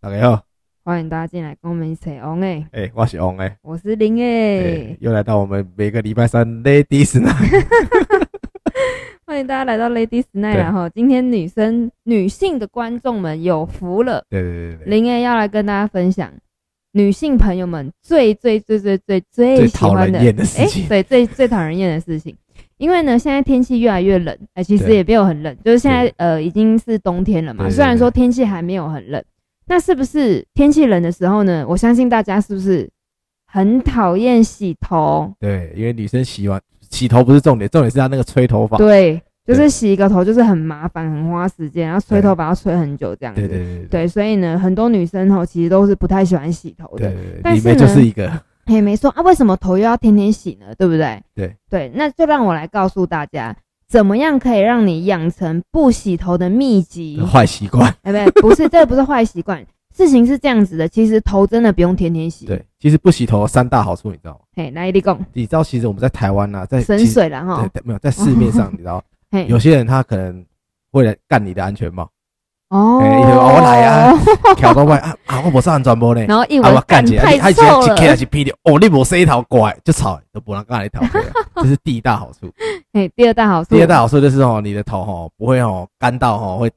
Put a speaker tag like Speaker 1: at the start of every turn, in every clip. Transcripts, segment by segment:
Speaker 1: 大家好，
Speaker 2: 欢迎大家进来跟我们一起玩诶，
Speaker 1: 哎、我是王哎、欸
Speaker 2: 我是林诶，
Speaker 1: 又来到我们每个礼拜三 Ladies Night，
Speaker 2: 欢迎大家来到 Ladies Night
Speaker 1: 对
Speaker 2: 然后今天女生女性的观众们有福了，
Speaker 1: 对对对对，
Speaker 2: 林诶要来跟大家分享女性朋友们最最最最最最
Speaker 1: 最
Speaker 2: 喜
Speaker 1: 讨
Speaker 2: 欢
Speaker 1: 人
Speaker 2: 的
Speaker 1: 厌的事
Speaker 2: 哎、
Speaker 1: 情，
Speaker 2: 对，最最讨人厌的事情，因为呢，现在天气越来越冷，哎、其实
Speaker 1: 对
Speaker 2: 也没有很冷，就是现在
Speaker 1: 对
Speaker 2: 呃已经是冬天了嘛，
Speaker 1: 对对
Speaker 2: 虽然说天气还没有很冷，那是不是天气冷的时候呢？我相信大家是不是很讨厌洗头？
Speaker 1: 对，因为女生洗完洗头不是重点，重点是她那个吹头发，
Speaker 2: 对，就
Speaker 1: 对
Speaker 2: 是洗一个头就是很麻烦，很花时间，然后吹
Speaker 1: 对
Speaker 2: 头发要吹很久这样子。
Speaker 1: 对对对
Speaker 2: 对所以呢，很多女生吼其实都是不太喜欢洗头的
Speaker 1: 对。对对，
Speaker 2: 但
Speaker 1: 里
Speaker 2: 是
Speaker 1: 面就
Speaker 2: 呢
Speaker 1: 是一个
Speaker 2: 也没说啊，为什么头又要天天洗呢？对不对？
Speaker 1: 对
Speaker 2: 对，那就让我来告诉大家，怎么样可以让你养成不洗头的秘籍？
Speaker 1: 坏习惯，
Speaker 2: 哎，不对，不是，这个不是坏习惯。事情是这样子的，其实头真的不用天天洗。，
Speaker 1: 对，其实不洗头有三大好处你知道吗？
Speaker 2: 嘿，来立功，
Speaker 1: 你知道其实我们在台湾呐、啊，在
Speaker 2: 省
Speaker 1: 其实
Speaker 2: 水哦了哈
Speaker 1: 对。对，没有在市面上， 你知道，
Speaker 2: 嘿，
Speaker 1: 有些人他可能为了干你的安全 帽，
Speaker 2: 哦
Speaker 1: 哎你就说我来啊，挑到外啊啊，我不是安全 帽呢。
Speaker 2: 然后一
Speaker 1: 啊！我
Speaker 2: 闻，
Speaker 1: 干
Speaker 2: 哎干
Speaker 1: 起来，
Speaker 2: 太
Speaker 1: 你一起
Speaker 2: 臭
Speaker 1: 一 K 还
Speaker 2: 了。
Speaker 1: 是 P 的，哦，你无洗头乖，就吵，都不能干你头皮 啊，这是第一大好处。
Speaker 2: 嘿，第二大好处。
Speaker 1: 第二大，好处就是哦，你的头哦不会哦干到哦会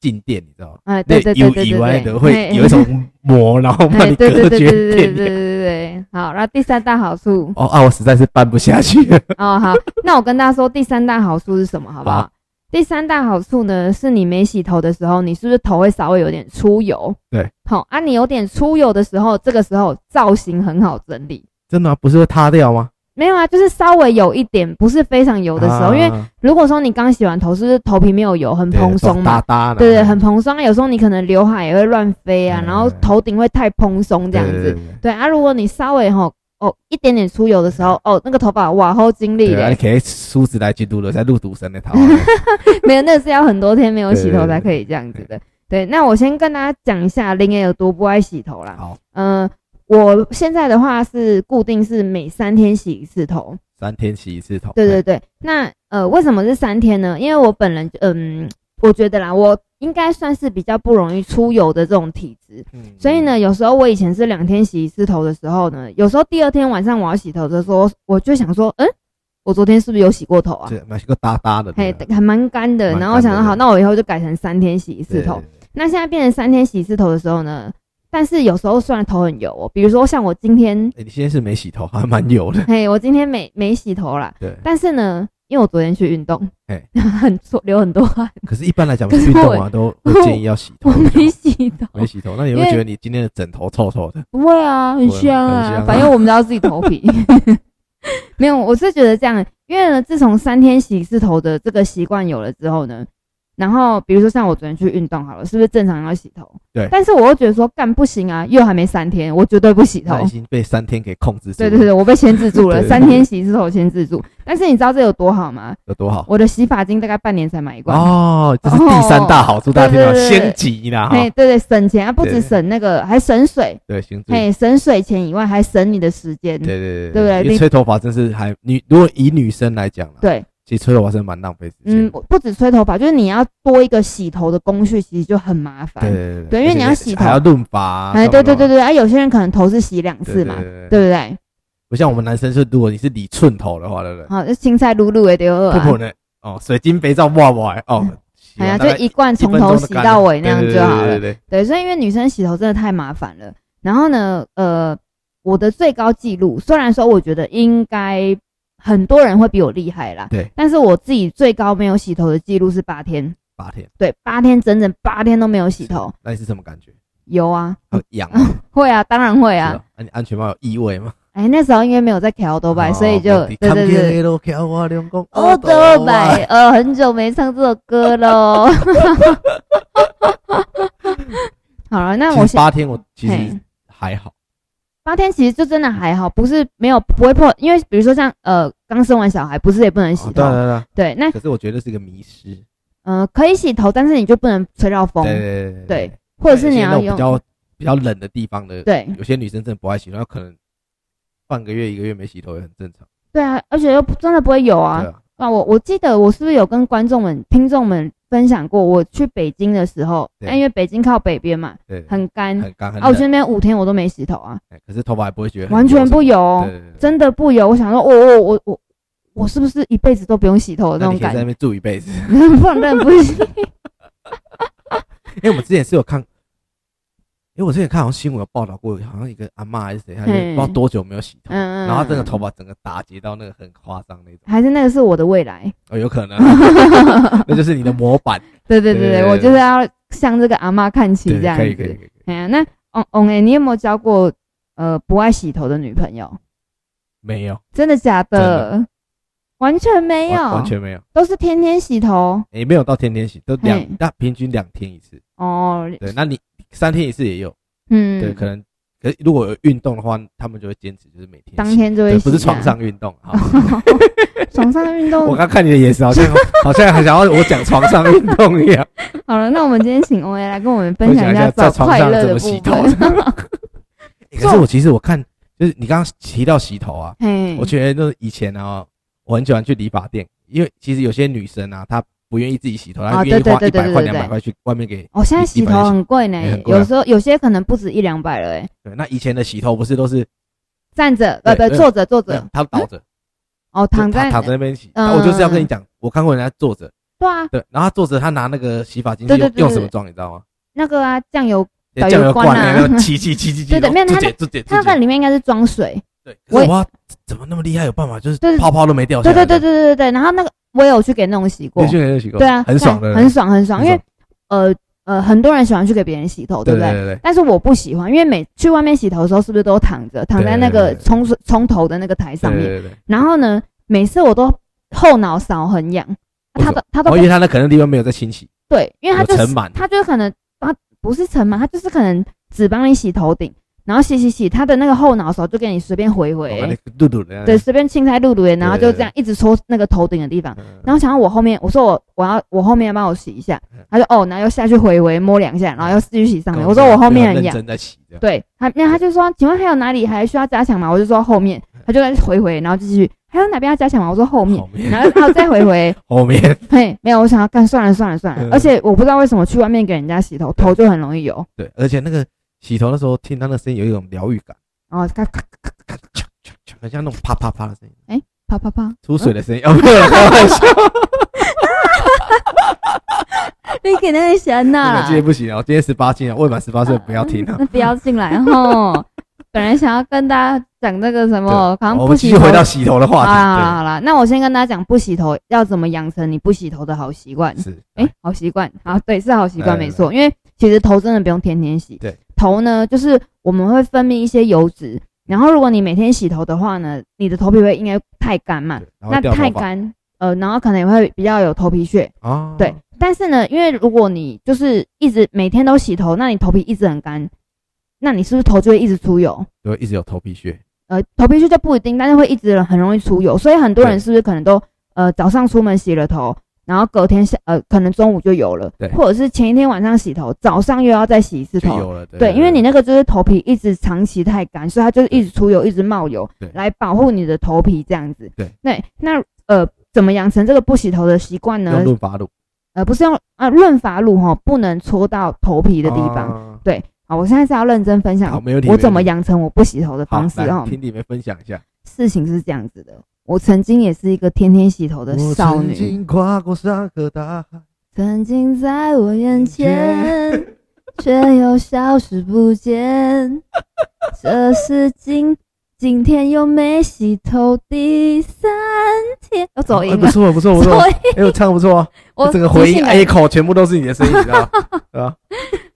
Speaker 1: 静电，你知道吗？
Speaker 2: 哎，对对对
Speaker 1: 有
Speaker 2: 对
Speaker 1: 以
Speaker 2: 对
Speaker 1: 外的
Speaker 2: 对，
Speaker 1: 啊会有一种膜，然后
Speaker 2: 嘿，
Speaker 1: 把
Speaker 2: 哎
Speaker 1: 你
Speaker 2: 对对
Speaker 1: 隔
Speaker 2: 对对对对
Speaker 1: 绝
Speaker 2: 对对
Speaker 1: 电
Speaker 2: 对
Speaker 1: 流。，
Speaker 2: 对。好，然后第三大好处
Speaker 1: 哦啊，我实在是办不下去了。
Speaker 2: 哦，好，那我跟大家说第三大好处是什么，好不好？
Speaker 1: 好
Speaker 2: 第三大好处呢，是你没洗头的时候，你是不是头会稍微有点出油？
Speaker 1: 对，
Speaker 2: 好、啊，你有点出油的时候，这个时候造型很好整理。
Speaker 1: 真的吗不是会塌掉吗？
Speaker 2: 没有啊，就是稍微有一点，不是非常油的时候，
Speaker 1: 啊
Speaker 2: 因为如果说你刚洗完头，是不是头皮没有油，很
Speaker 1: 对
Speaker 2: 蓬松
Speaker 1: 哒
Speaker 2: 嘛？
Speaker 1: 哒的，
Speaker 2: 对对，很蓬松。有时候你可能刘海也会乱飞啊，
Speaker 1: 嗯
Speaker 2: 然后头顶会太蓬松这样子。
Speaker 1: 对对对对
Speaker 2: 对啊，如果你稍微吼哦一点点出油的时候，哦那个头发哇好精力
Speaker 1: 对啊，你，
Speaker 2: 嘞
Speaker 1: 可以梳子来去撸了，在录赌神的头。
Speaker 2: 没有，那是要很多天没有洗头才可以这样子的。对，那我先跟大家讲一下林也有多不爱洗头 啦。
Speaker 1: 啊好，
Speaker 2: 嗯、我现在的话是固定是每三天洗一次头。
Speaker 1: 三天洗一次头。
Speaker 2: 对对对，那呃，为什么是三天呢？因为我本人嗯，我觉得啦，我应该算是比较不容易出油的这种体质，
Speaker 1: 嗯，
Speaker 2: 所以呢，有时候我以前是两天洗一次头的时候呢，有时候第二天晚上我要洗头的时候，我就想说，嗯，我昨天是不是有洗过头啊？
Speaker 1: 对，买个哒哒的。
Speaker 2: 嘿
Speaker 1: 对，啊
Speaker 2: 还蛮干的。
Speaker 1: 蛮干的
Speaker 2: 然后想到好，
Speaker 1: 对
Speaker 2: 那我以后就改成三天洗一次头。。那现在变成三天洗一次头的时候呢，但是有时候虽然头很油、哦，比如说像我今天，
Speaker 1: 哎，你现在是没洗头，还蛮油的。
Speaker 2: 嘿，我今天没没洗头啦，
Speaker 1: 对，
Speaker 2: 但是呢，因为我昨天去运动，
Speaker 1: 嘿
Speaker 2: 很出流很多汗，
Speaker 1: 可是，一般来讲，
Speaker 2: 可是
Speaker 1: 运动
Speaker 2: 我
Speaker 1: 啊都会建议要洗头
Speaker 2: 我
Speaker 1: 比较好。
Speaker 2: 没洗头，
Speaker 1: 没洗头，那你会
Speaker 2: 因为
Speaker 1: 觉得你今天的枕头臭臭的？
Speaker 2: 不会啊，很
Speaker 1: 不会
Speaker 2: 香
Speaker 1: 很
Speaker 2: 啊
Speaker 1: 香，啊
Speaker 2: 反正我们都要自己头 皮。没有，我是觉得这样，因为呢，自从三天洗一次头的这个习惯有了之后呢，然后比如说像我昨天去运动好了，是不是正常要洗头？
Speaker 1: 对
Speaker 2: 但是我又觉得说干不行啊，又还没三天，我绝对不洗头
Speaker 1: 那。已经被三天给控制住
Speaker 2: 对
Speaker 1: 了，
Speaker 2: 对对，我被牵制住了，
Speaker 1: 对对对
Speaker 2: 三天洗一次头牵制住。但是你知道这有多好吗？
Speaker 1: 有多好？
Speaker 2: 我的洗发精大概半年才买一罐。
Speaker 1: 哦，这是第三大好处，
Speaker 2: 哦
Speaker 1: 大家听到
Speaker 2: 对对对对
Speaker 1: 先急啦哈。
Speaker 2: 嘿，对对，省钱啊，不止
Speaker 1: 对
Speaker 2: 省那个，还省水。
Speaker 1: 对，先急。
Speaker 2: 嘿，省水钱以外，还省你的时间。
Speaker 1: 对对
Speaker 2: 对不对
Speaker 1: 因为
Speaker 2: 你
Speaker 1: 吹头发真是还女，如果以女生来讲啦，啊
Speaker 2: 对，
Speaker 1: 其实吹头发是蛮浪费时间
Speaker 2: 嗯，。不不止吹头发，就是你要多一个洗头的工序，其实就很麻
Speaker 1: 对
Speaker 2: 烦。
Speaker 1: 对
Speaker 2: 对因
Speaker 1: 而
Speaker 2: 为
Speaker 1: 且
Speaker 2: 你要洗头
Speaker 1: 还要润发啊。
Speaker 2: 哎，
Speaker 1: 干嘛
Speaker 2: 对对对对，啊，有些人可能头是洗两
Speaker 1: 对
Speaker 2: 次嘛，
Speaker 1: 对
Speaker 2: 对
Speaker 1: 对。
Speaker 2: 不对？
Speaker 1: 不像我们男生是，如果你是理寸头的话，对不对？
Speaker 2: 好，就青菜露露也得二
Speaker 1: 不可
Speaker 2: 啊，
Speaker 1: 能哦，水晶肥皂哇哇哦，洗
Speaker 2: 哎
Speaker 1: 完
Speaker 2: 呀，
Speaker 1: 大
Speaker 2: 就
Speaker 1: 概
Speaker 2: 一罐从
Speaker 1: 分钟
Speaker 2: 头
Speaker 1: 就
Speaker 2: 洗
Speaker 1: 干
Speaker 2: 到
Speaker 1: 了
Speaker 2: 尾那样
Speaker 1: 对对
Speaker 2: 就
Speaker 1: 对
Speaker 2: 好
Speaker 1: 对
Speaker 2: 了。
Speaker 1: 对对
Speaker 2: 对，所以因为女生洗头真的太麻烦了。然后呢，呃，我的最高纪录，虽然说我觉得应该很多人会比我厉害啦，
Speaker 1: 对，
Speaker 2: 但是我自己最高没有洗头的记录是八天，
Speaker 1: 八天
Speaker 2: 对，八天整整八天都没有洗头，，
Speaker 1: 那你是什么感觉？
Speaker 2: 有啊，
Speaker 1: 很痒吗？
Speaker 2: 会啊，当然会啊
Speaker 1: 是，哦，那你安全帽有异味吗？
Speaker 2: 哎，那时候因为没有在调多
Speaker 1: 哦
Speaker 2: 拜，所以就对对对。
Speaker 1: 对
Speaker 2: 哦，多拜，呃，很久没唱这首歌喽。 好了，那我
Speaker 1: 其实
Speaker 2: 先
Speaker 1: 八天我其实
Speaker 2: 嘿
Speaker 1: 还好，
Speaker 2: 八天其实就真的还好，不是没有不会破，因为比如说像呃刚生完小孩，不是也不能洗
Speaker 1: 哦
Speaker 2: 头，
Speaker 1: 对对对，
Speaker 2: 对，那
Speaker 1: 可是我觉得是个迷失，
Speaker 2: 呃可以洗头，但是你就不能吹到风
Speaker 1: 对，对对
Speaker 2: 对，或者是你要
Speaker 1: 有些那种
Speaker 2: 用
Speaker 1: 比较比较冷的地方的，
Speaker 2: 对
Speaker 1: 有些女生真的不爱洗头，然后可能半个月一个月没洗头也很正常，
Speaker 2: 对啊，而且又不真的不会有啊
Speaker 1: 对，啊，
Speaker 2: 哇，我我记得我是不是有跟观众们、听众们分享过，我去北京的时候，啊
Speaker 1: 对
Speaker 2: 那因为北京靠北边嘛，
Speaker 1: 对，
Speaker 2: 很干
Speaker 1: 很干很
Speaker 2: 啊，我去
Speaker 1: 冷
Speaker 2: 那边五天我都没洗头啊，
Speaker 1: 哎可是头发也不会觉得很
Speaker 2: 完全
Speaker 1: 油
Speaker 2: 不
Speaker 1: 什么
Speaker 2: 油哦
Speaker 1: 的，，对对对，
Speaker 2: 真的不油。我想说，我我我我我是不是一辈子都不用洗头的那
Speaker 1: 那
Speaker 2: 种
Speaker 1: 你可以
Speaker 2: 感
Speaker 1: 在那
Speaker 2: 觉？
Speaker 1: 边住一辈子。
Speaker 2: 不然真的不行。
Speaker 1: 因为我们之前是有看，因为我之前看好像新闻有报道过，好像一个阿嬷还是谁，她就不知道
Speaker 2: 嗯
Speaker 1: 多久没有洗头，
Speaker 2: 嗯嗯，
Speaker 1: 然后她真的
Speaker 2: 嗯
Speaker 1: 头发整个打结到那个很夸张 那种，
Speaker 2: 还是那个是我的未来。
Speaker 1: 哦，有可能，那就是你的模 板，
Speaker 2: 对对对
Speaker 1: 对
Speaker 2: 对，
Speaker 1: 对
Speaker 2: 我就是要向这个阿妈看齐
Speaker 1: 对，
Speaker 2: 这样
Speaker 1: 可以可以
Speaker 2: 子。
Speaker 1: 可以。
Speaker 2: 哎呀，那哦哦哎，你有没有交过呃不爱洗头的女朋友？
Speaker 1: 没有，
Speaker 2: 真的假
Speaker 1: 真
Speaker 2: 的？完全没有，
Speaker 1: 完完全没有，
Speaker 2: 都是天天洗头
Speaker 1: 也没有到天天洗，都两
Speaker 2: 嘿
Speaker 1: 那平均两天一次。
Speaker 2: 哦。
Speaker 1: 对，那你三天一次也有，
Speaker 2: 嗯，
Speaker 1: 对，可能可是如果有运动的话，他们就会坚持就是每天洗
Speaker 2: 当天就会
Speaker 1: 对，
Speaker 2: 洗
Speaker 1: 不是床
Speaker 2: 这样，
Speaker 1: 上运动。 好，
Speaker 2: 床上的运动
Speaker 1: 我刚看你的眼神，好像好像还想要我讲床上运动一样。
Speaker 2: 好了，那我们今天请 O A 来跟我们分
Speaker 1: 分
Speaker 2: 享
Speaker 1: 享
Speaker 2: 一
Speaker 1: 一下
Speaker 2: 找
Speaker 1: 在床
Speaker 2: 快
Speaker 1: 上
Speaker 2: 乐
Speaker 1: 怎
Speaker 2: 的
Speaker 1: 么
Speaker 2: 部
Speaker 1: 洗
Speaker 2: 分
Speaker 1: 头。。欸可是我其实我看，就是你刚刚提到洗头啊，
Speaker 2: 嘿，
Speaker 1: 我觉得就是以前啊，我很喜欢去理发店，因为其实有些女生啊，她不愿意自己洗头，她
Speaker 2: 哦
Speaker 1: 愿意
Speaker 2: 对
Speaker 1: 花
Speaker 2: 对
Speaker 1: 一
Speaker 2: 对
Speaker 1: 百
Speaker 2: 对
Speaker 1: 块、
Speaker 2: 对
Speaker 1: 两
Speaker 2: 对
Speaker 1: 百块去外面给。
Speaker 2: 哦，现在洗头很贵呢
Speaker 1: 也很，贵啊
Speaker 2: 有时候有些可能不止一两百了哎。
Speaker 1: 对，那以前的洗头不是都是
Speaker 2: 站着，呃，不
Speaker 1: 对，对
Speaker 2: 坐着，坐
Speaker 1: 没有
Speaker 2: 着，
Speaker 1: 她倒着，
Speaker 2: 哦，躺在
Speaker 1: 她，躺在那边洗。
Speaker 2: 嗯
Speaker 1: 那我就是要跟你讲，我看过人家坐着，
Speaker 2: 对啊，
Speaker 1: 对，然后她坐着，她拿那个洗发精
Speaker 2: 对
Speaker 1: 是
Speaker 2: 对
Speaker 1: 用
Speaker 2: 对对
Speaker 1: 用什么装，你知道吗？
Speaker 2: 那个啊，酱油，
Speaker 1: 那
Speaker 2: 酱
Speaker 1: 酱
Speaker 2: 油
Speaker 1: 油
Speaker 2: 罐
Speaker 1: 罐
Speaker 2: 啊
Speaker 1: 那个挤挤挤挤挤，
Speaker 2: 对对没有
Speaker 1: 自
Speaker 2: 它
Speaker 1: 己
Speaker 2: 那
Speaker 1: 自己
Speaker 2: 它那个里面应该是装水，
Speaker 1: 对，
Speaker 2: 我
Speaker 1: 可是哇，怎么那么厉害？有办法，就是
Speaker 2: 对对
Speaker 1: 泡泡都没掉下
Speaker 2: 对
Speaker 1: 来。
Speaker 2: 对对对对对对，然后那个我有去给那种洗过
Speaker 1: 对，，去年就洗过，
Speaker 2: 对啊，
Speaker 1: 很爽
Speaker 2: 看
Speaker 1: 的，
Speaker 2: 很爽很爽，
Speaker 1: 很
Speaker 2: 因为
Speaker 1: 爽
Speaker 2: 呃呃，很多人喜欢去给别人洗头，对
Speaker 1: 对
Speaker 2: 不
Speaker 1: 对
Speaker 2: 对？
Speaker 1: 对对，
Speaker 2: 但是我不喜欢，因为每去外面洗头的时候，是不是都躺着，躺在那
Speaker 1: 对
Speaker 2: 个
Speaker 1: 对对
Speaker 2: 冲水冲头的那个台上
Speaker 1: 对
Speaker 2: 面？
Speaker 1: 对对对。
Speaker 2: 然后呢，每次我都后脑勺很痒，
Speaker 1: 为什
Speaker 2: 他
Speaker 1: 么
Speaker 2: 的他都
Speaker 1: 我
Speaker 2: 不
Speaker 1: 以为他那可能地方没有在清洗，
Speaker 2: 对，因为他
Speaker 1: 有
Speaker 2: 就是
Speaker 1: 尘螨，
Speaker 2: 他就是可能他不是尘螨，他就是可能只帮你洗头顶，然后洗洗洗，他的那个后脑勺就给你随便回
Speaker 1: 哦
Speaker 2: 回、
Speaker 1: 那个嘟嘟的，
Speaker 2: 对，，随便轻拍露露的，然后就这样一直搓那个头顶的地方。然后想到我后面，我说我我要我后面要帮我洗一下
Speaker 1: 嗯，
Speaker 2: 他就哦，然后又下去回回摸两下，然后又继续洗上面。
Speaker 1: 嗯
Speaker 2: 我说我后面
Speaker 1: 没有
Speaker 2: 很
Speaker 1: 认
Speaker 2: 痒，
Speaker 1: 真在洗这样，
Speaker 2: 对他，那他就说，请问还有哪里还需要加强吗？我就说后面，他就在回回，然后继续还有哪边要加强吗？我说后面，
Speaker 1: 后面
Speaker 2: 然后他再回 回，
Speaker 1: 后面，
Speaker 2: 嘿，没有，我想要干，算了算了算了。
Speaker 1: 嗯
Speaker 2: 而且我不知道为什么去外面给人家洗头，头就很容易油，
Speaker 1: 对，而且那个洗头的时候听他那声音有一种疗愈感，
Speaker 2: 然后咔咔
Speaker 1: 很像那种啪啪啪的声音，
Speaker 2: 啪啪啪，
Speaker 1: 出水的声音，哦，没有啦，开玩笑，
Speaker 2: 你给那个钱
Speaker 1: 那
Speaker 2: 呐
Speaker 1: 个今，天不行啊，今天十八禁啊，未满十八岁不要听啊。
Speaker 2: 那不要进来 哦。本来想要跟大家讲那个什
Speaker 1: 对
Speaker 2: 么，好像
Speaker 1: 我
Speaker 2: 不
Speaker 1: 们继
Speaker 2: 洗
Speaker 1: 续
Speaker 2: 头。
Speaker 1: 回到洗头的话
Speaker 2: 好啦
Speaker 1: 题，
Speaker 2: 好啦，那我先跟大家讲不洗头要怎么养成你不洗头的好习惯
Speaker 1: 对，。是，
Speaker 2: 哎、好习惯啊，对，是好习惯，
Speaker 1: 来来
Speaker 2: 没错。因为其实头真的不用天天洗，
Speaker 1: 对，
Speaker 2: 头呢就是我们会分泌一些油脂，然后如果你每天洗头的话呢，你的头皮会因为太干嘛
Speaker 1: 对，然后
Speaker 2: 那
Speaker 1: 掉头
Speaker 2: 太
Speaker 1: 发
Speaker 2: 干，呃，然后可能也会比较有头皮屑，
Speaker 1: 啊，
Speaker 2: 对。但是呢，因为如果你就是一直每天都洗头，那你头皮一直很干，那你是不是头就会一直出油？
Speaker 1: 就一直有头皮屑，
Speaker 2: 呃，头皮屑就不一定，但是会一直很容易出油，所以很多人
Speaker 1: 对
Speaker 2: 是不是可能都呃早上出门洗了头，然后隔天下呃可能中午就油了，
Speaker 1: 对
Speaker 2: 或者是前一天晚上洗头，早上又要再洗一次
Speaker 1: 就
Speaker 2: 头，
Speaker 1: 有了，对
Speaker 2: 对，因为你那个就是头皮一直长期太干，所以它就是一直出油，一直冒油
Speaker 1: 对，
Speaker 2: 来保护你的头皮这样子。
Speaker 1: 对，
Speaker 2: 对，那呃怎么养成这个不洗头的习惯呢
Speaker 1: 用？润发露
Speaker 2: 呃，不是用啊润发露哈，不能戳到头皮
Speaker 1: 你
Speaker 2: 的地方。
Speaker 1: 方，
Speaker 2: 好，我现在是要认真分
Speaker 1: 啊好，
Speaker 2: 享
Speaker 1: 没问题。
Speaker 2: 我怎
Speaker 1: 没
Speaker 2: 么
Speaker 1: 问题
Speaker 2: 养成我不洗头的
Speaker 1: 好
Speaker 2: 方式哦
Speaker 1: 来
Speaker 2: 哈。
Speaker 1: 听你们分享一下。
Speaker 2: 事情是这样子的，我曾经也是一个天天洗头的少
Speaker 1: 我曾
Speaker 2: 女，
Speaker 1: 经跨过山和大海，
Speaker 2: 曾经在我眼前，却又消失不见。这是今今天又没洗头第三天，要走
Speaker 1: 哎
Speaker 2: 音
Speaker 1: 不
Speaker 2: 了，
Speaker 1: 错不错不错
Speaker 2: 走，音，
Speaker 1: 哎，我唱得不错啊，
Speaker 2: 啊 我啊
Speaker 1: 整个回
Speaker 2: 即
Speaker 1: 音哎
Speaker 2: 兴的
Speaker 1: echo 全部都是你的声音，你知 道吗？对吧？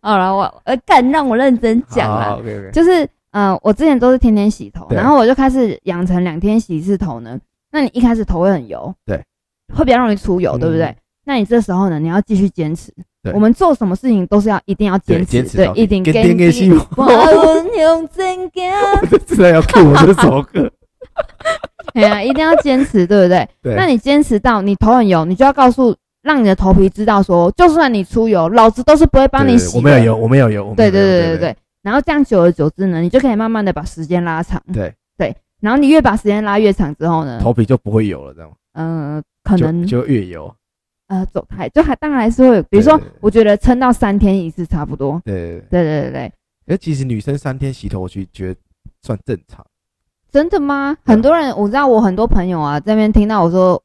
Speaker 2: 好了，我呃，干让我认真讲啊
Speaker 1: 好
Speaker 2: 了。
Speaker 1: ，OK OK，
Speaker 2: 就是呃，我之前都是天天洗头，
Speaker 1: 对
Speaker 2: 然后我就开始养成两天洗一次头呢。那你一开始头会很油，
Speaker 1: 对，
Speaker 2: 会比较容易出油，
Speaker 1: 嗯
Speaker 2: 对不对？那你这时候呢，你要继续坚持。
Speaker 1: 对
Speaker 2: 我们做什么事情都是要一定要坚
Speaker 1: 对，
Speaker 2: 持，
Speaker 1: 坚持到底，
Speaker 2: 一定
Speaker 1: 跟
Speaker 2: 坚
Speaker 1: 天跟
Speaker 2: 持。
Speaker 1: 希望，
Speaker 2: 我们用真 干，
Speaker 1: 真的要 Q 我这首 歌，
Speaker 2: 哎呀，一定要坚持，对不对？
Speaker 1: 对，
Speaker 2: 那你坚持到你头很油，你就要告诉让你的头皮知道说，就算你出油，老子都是不会帮你
Speaker 1: 对
Speaker 2: 洗的。
Speaker 1: 我没有油，我没有油，我没
Speaker 2: 对
Speaker 1: 有
Speaker 2: 对
Speaker 1: 油
Speaker 2: 对对
Speaker 1: 对
Speaker 2: 对。然后这样久而久之呢，你就可以慢慢的把时间拉长。
Speaker 1: 对
Speaker 2: 对，然后你越把时间拉越长之后呢，
Speaker 1: 头皮就不会油了，这样。
Speaker 2: 嗯、可
Speaker 1: 就
Speaker 2: 能
Speaker 1: 就越游，
Speaker 2: 呃走开，就还当然还是会有，比如说
Speaker 1: 对对对
Speaker 2: 我觉得撑到三天一次差不多。
Speaker 1: 对对对。
Speaker 2: 对对对对，
Speaker 1: 可是其实女生三天洗头，我去觉得算正常。
Speaker 2: 真的吗？
Speaker 1: 对啊
Speaker 2: 很多人我知道，我很多朋友啊，这边听到我说，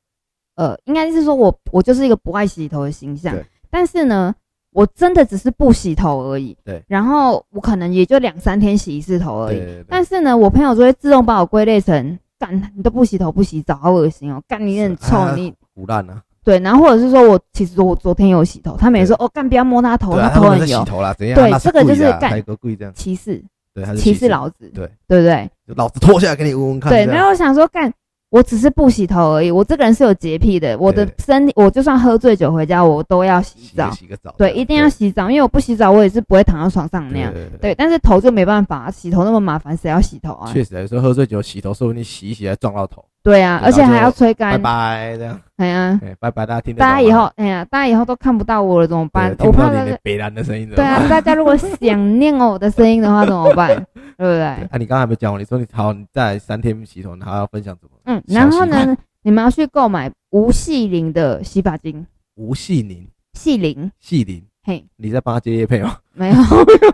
Speaker 2: 呃，应该是说我我就是一个不爱洗头的形象
Speaker 1: 对，
Speaker 2: 但是呢，我真的只是不洗头而已。
Speaker 1: 对，
Speaker 2: 然后我可能也就两三天洗一次头而
Speaker 1: 对
Speaker 2: 已
Speaker 1: 对。对对
Speaker 2: 但是呢，我朋友就会自动把我归类成干，你都不洗头不洗澡，好恶心哦！干你很
Speaker 1: 是啊
Speaker 2: 臭，你
Speaker 1: 胡乱啊，
Speaker 2: 对，然后或者是说我其实我昨天有洗头，他们也说哦干不要摸他头，
Speaker 1: 对啊，
Speaker 2: 头
Speaker 1: 们在
Speaker 2: 很
Speaker 1: 洗
Speaker 2: 油，
Speaker 1: 头啦，怎样？
Speaker 2: 对
Speaker 1: 那
Speaker 2: 这个
Speaker 1: 故意
Speaker 2: 就是
Speaker 1: 的啊
Speaker 2: 干
Speaker 1: 还有个故意这样，
Speaker 2: 歧视
Speaker 1: 对，他是
Speaker 2: 歧
Speaker 1: 视
Speaker 2: 视老子，
Speaker 1: 对
Speaker 2: 对不对？
Speaker 1: 就老子脱下来给你闻闻看。
Speaker 2: 对，
Speaker 1: 这
Speaker 2: 然
Speaker 1: 样
Speaker 2: 后我想说干。我只是不洗头而已，我这个人是有洁癖的，我的
Speaker 1: 对
Speaker 2: 身体，我就算喝醉酒回家，我都要洗
Speaker 1: 洗
Speaker 2: 澡
Speaker 1: 个，洗个澡，
Speaker 2: 对，一定要洗澡，因为我不洗澡，我也是不会躺到床上那样，
Speaker 1: 对
Speaker 2: 对，但是头就没办法，洗头那么麻烦，谁要洗头啊？
Speaker 1: 确实，有时候喝醉酒洗头，说不定洗一洗还撞到头。
Speaker 2: 对啊，
Speaker 1: 对
Speaker 2: 而且
Speaker 1: 然后
Speaker 2: 还
Speaker 1: 就
Speaker 2: 要吹
Speaker 1: 拜
Speaker 2: 干，
Speaker 1: 拜，这样，
Speaker 2: 哎呀，
Speaker 1: 哎，拜拜，大家听得
Speaker 2: 大
Speaker 1: 懂吗
Speaker 2: 家以后，哎呀，大家以后都看不到我了，怎么办
Speaker 1: 对？听
Speaker 2: 我
Speaker 1: 不
Speaker 2: 怕
Speaker 1: 到
Speaker 2: 大
Speaker 1: 你
Speaker 2: 家
Speaker 1: 那，北兰的声音，
Speaker 2: 对啊，，大家如果想念我的声音的话，怎么办？对不对？
Speaker 1: 啊，你刚才还没讲完，你说你好，你再来三天洗头，你还要分享什么？
Speaker 2: 嗯，
Speaker 1: 小
Speaker 2: 然后
Speaker 1: 习
Speaker 2: 呢，你们要去购买无细鳞的洗发精，
Speaker 1: 吴细宁，
Speaker 2: 细鳞，
Speaker 1: 细林，
Speaker 2: 嘿，
Speaker 1: 你在帮他接叶配吗？
Speaker 2: 没 有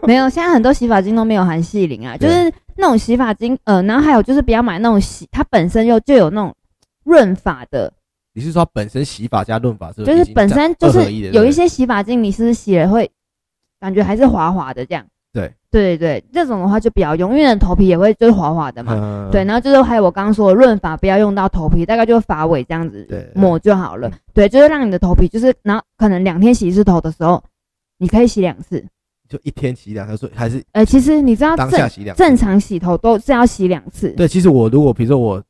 Speaker 2: 没有，现在很多洗发精都没有含细鳞啊，就
Speaker 1: 对
Speaker 2: 是那种洗发精，呃，然后还有就是不要买那种洗，它本身就就有那种润发的，
Speaker 1: 你是说他本身洗法加润法是？
Speaker 2: 就是本身就
Speaker 1: 二
Speaker 2: 是
Speaker 1: 合一的
Speaker 2: 有一些洗发精，你是不是洗了会感觉还是滑滑的这样。
Speaker 1: 对
Speaker 2: 对对，这种的话就比较用，因为你的头皮也会就是滑滑的嘛。
Speaker 1: 嘛
Speaker 2: 对，然后就是还有我刚刚说的润发，不要用到头皮，大概就发尾这样子
Speaker 1: 对嗯
Speaker 2: 抹就好了。对，就是让你的头皮就是，然后可能两天洗一次头的时候，你可以洗两次。
Speaker 1: 就一天洗两次，所以还是
Speaker 2: 呃，其实你知道
Speaker 1: 当下
Speaker 2: 正
Speaker 1: 洗两次。
Speaker 2: 正常洗头都是要洗两次。
Speaker 1: 对，其实我如果比如说我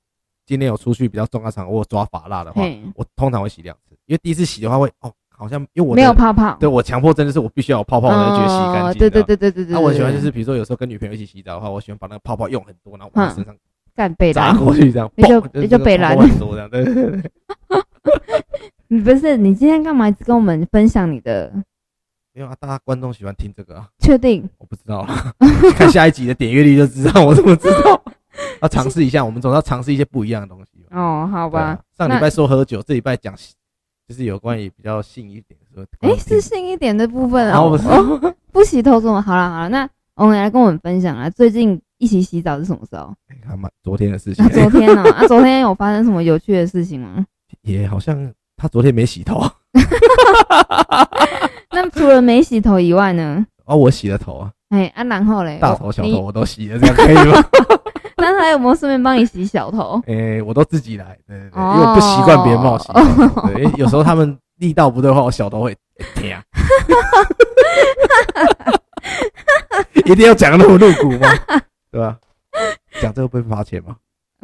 Speaker 1: 今天有出去比较重要场合，我有抓发蜡的话，
Speaker 2: 嘿，
Speaker 1: 我通常会洗两次，因为第一次洗的话会哦，好像因为我的
Speaker 2: 没有泡泡。
Speaker 1: 对我强迫症就是我必须要有泡泡，我才觉得洗干净。
Speaker 2: 哦
Speaker 1: 啊
Speaker 2: 对对。对对对对。
Speaker 1: 那我喜欢就
Speaker 2: 对
Speaker 1: 是比如说有时候跟女朋友一起洗澡的话，我喜欢把那个泡泡用很多，然后往
Speaker 2: 嗯
Speaker 1: 身上
Speaker 2: 干背
Speaker 1: 砸
Speaker 2: 啦。
Speaker 1: 过去这样，
Speaker 2: 你就
Speaker 1: 嘣
Speaker 2: 你
Speaker 1: 是那
Speaker 2: 就
Speaker 1: 个
Speaker 2: 北
Speaker 1: 泡泡
Speaker 2: 蓝
Speaker 1: 很多这样，对对对对。
Speaker 2: 你不是你今天干嘛一直跟我们分享你的？
Speaker 1: 没有啊，大家观众喜欢听这个啊，
Speaker 2: 确定？
Speaker 1: 我不知道啦， 看下一集的点阅率就知道我怎么知 道。要尝试一下，我们总要尝试一些不一样的东西吧。
Speaker 2: 哦，好
Speaker 1: 好
Speaker 2: 吧。，
Speaker 1: 啊上
Speaker 2: 那
Speaker 1: 礼拜说喝酒，这礼拜讲就是有关于比较性一点说。
Speaker 2: 哎，是性一点的部分
Speaker 1: 然后我嗯
Speaker 2: 哦。
Speaker 1: 是
Speaker 2: 哦不洗头怎么？好了好了，那我们来跟我们分享啊，最近一起洗澡是什么时候？
Speaker 1: 他妈昨天的事情
Speaker 2: 啊，昨天呢、啊？昨天有发生什么有趣的事情吗？
Speaker 1: 也好像他昨天没洗头啊
Speaker 2: 那除了没洗头以外呢？
Speaker 1: 哦，我洗了头啊，
Speaker 2: 哎啊，然后嘞，
Speaker 1: 大头小头
Speaker 2: 你，
Speaker 1: 我都洗了，这样可以 吗？
Speaker 2: 那还有没有顺便帮你洗小头？
Speaker 1: 诶，我都自己来，对对对，
Speaker 2: 哦
Speaker 1: 因为我不习惯别人帮我洗头， 对，因为有时候他们力道不对的话，我小头会 疼啊。一定要讲得那么露骨吗？对吧？讲这个会被罚钱吗？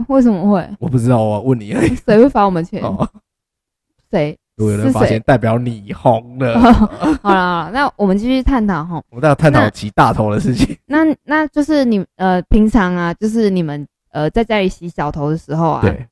Speaker 2: 为什么会？
Speaker 1: 我不知道，我问你 而已。
Speaker 2: 谁会罚我们钱？
Speaker 1: 哦，
Speaker 2: 谁？
Speaker 1: 如果有人发
Speaker 2: 是
Speaker 1: 现，
Speaker 2: 谁
Speaker 1: 代表你红了。
Speaker 2: 哦好了好了，那我们继续探讨哈。
Speaker 1: 我们要探讨
Speaker 2: 那
Speaker 1: 骑大头的 事情。
Speaker 2: 那那就是你呃，平常啊，就是你们呃在家里洗小头的时候啊，
Speaker 1: 对，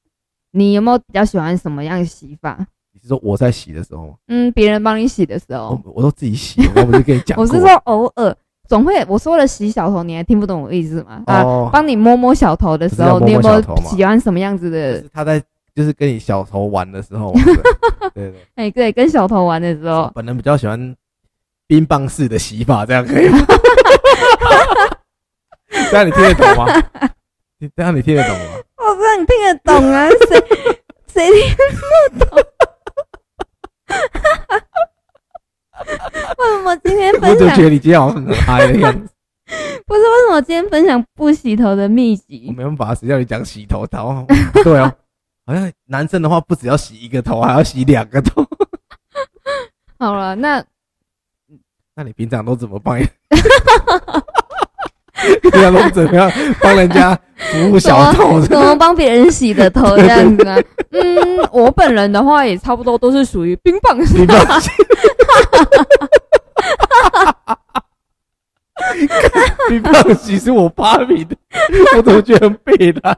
Speaker 2: 你有没有比较喜欢什么样的洗法？
Speaker 1: 你是说我在洗的时候吗？
Speaker 2: 嗯，别人帮你洗的时候，
Speaker 1: 我我都自己洗，我不是跟你讲过？
Speaker 2: 我是说哦偶尔总会，我说了洗小头，你还听不懂我意思吗？啊，
Speaker 1: 哦，
Speaker 2: 帮你摸摸小头的时候，
Speaker 1: 不
Speaker 2: 你
Speaker 1: 是要
Speaker 2: 有
Speaker 1: 摸摸
Speaker 2: 没
Speaker 1: 小
Speaker 2: 有
Speaker 1: 头吗
Speaker 2: 喜欢什么样子
Speaker 1: 就
Speaker 2: 的
Speaker 1: 是？他在就是跟你小头玩的时 候，对对对，
Speaker 2: 哎、对，跟小头玩的 时候，
Speaker 1: 本人比较喜欢冰棒式的洗法，这样可以吗？ 这样你听得懂吗？你这样你听得懂吗？
Speaker 2: 我不能听得懂啊，谁谁听不 懂？为什么今天
Speaker 1: 我
Speaker 2: 分
Speaker 1: 就
Speaker 2: 享
Speaker 1: 觉得你今天好像很嗨的样子，
Speaker 2: 不是？为什么今天分享不洗头的秘
Speaker 1: 我
Speaker 2: 籍？
Speaker 1: 没办法，谁叫你讲洗头头？对哦，好像男生的话不只要洗一个头，还要洗两个头。
Speaker 2: 好了，那
Speaker 1: 那你平常都怎么帮人？ 你平常都怎么样帮人家服务
Speaker 2: 怎
Speaker 1: 小
Speaker 2: 么
Speaker 1: 偷？
Speaker 2: 怎么帮别人洗的头这样子呢？嗯，我本人的话也差不多都是属于冰棒 型
Speaker 1: 你 不要洗，你不要洗是我发明的，我怎么觉得很背的？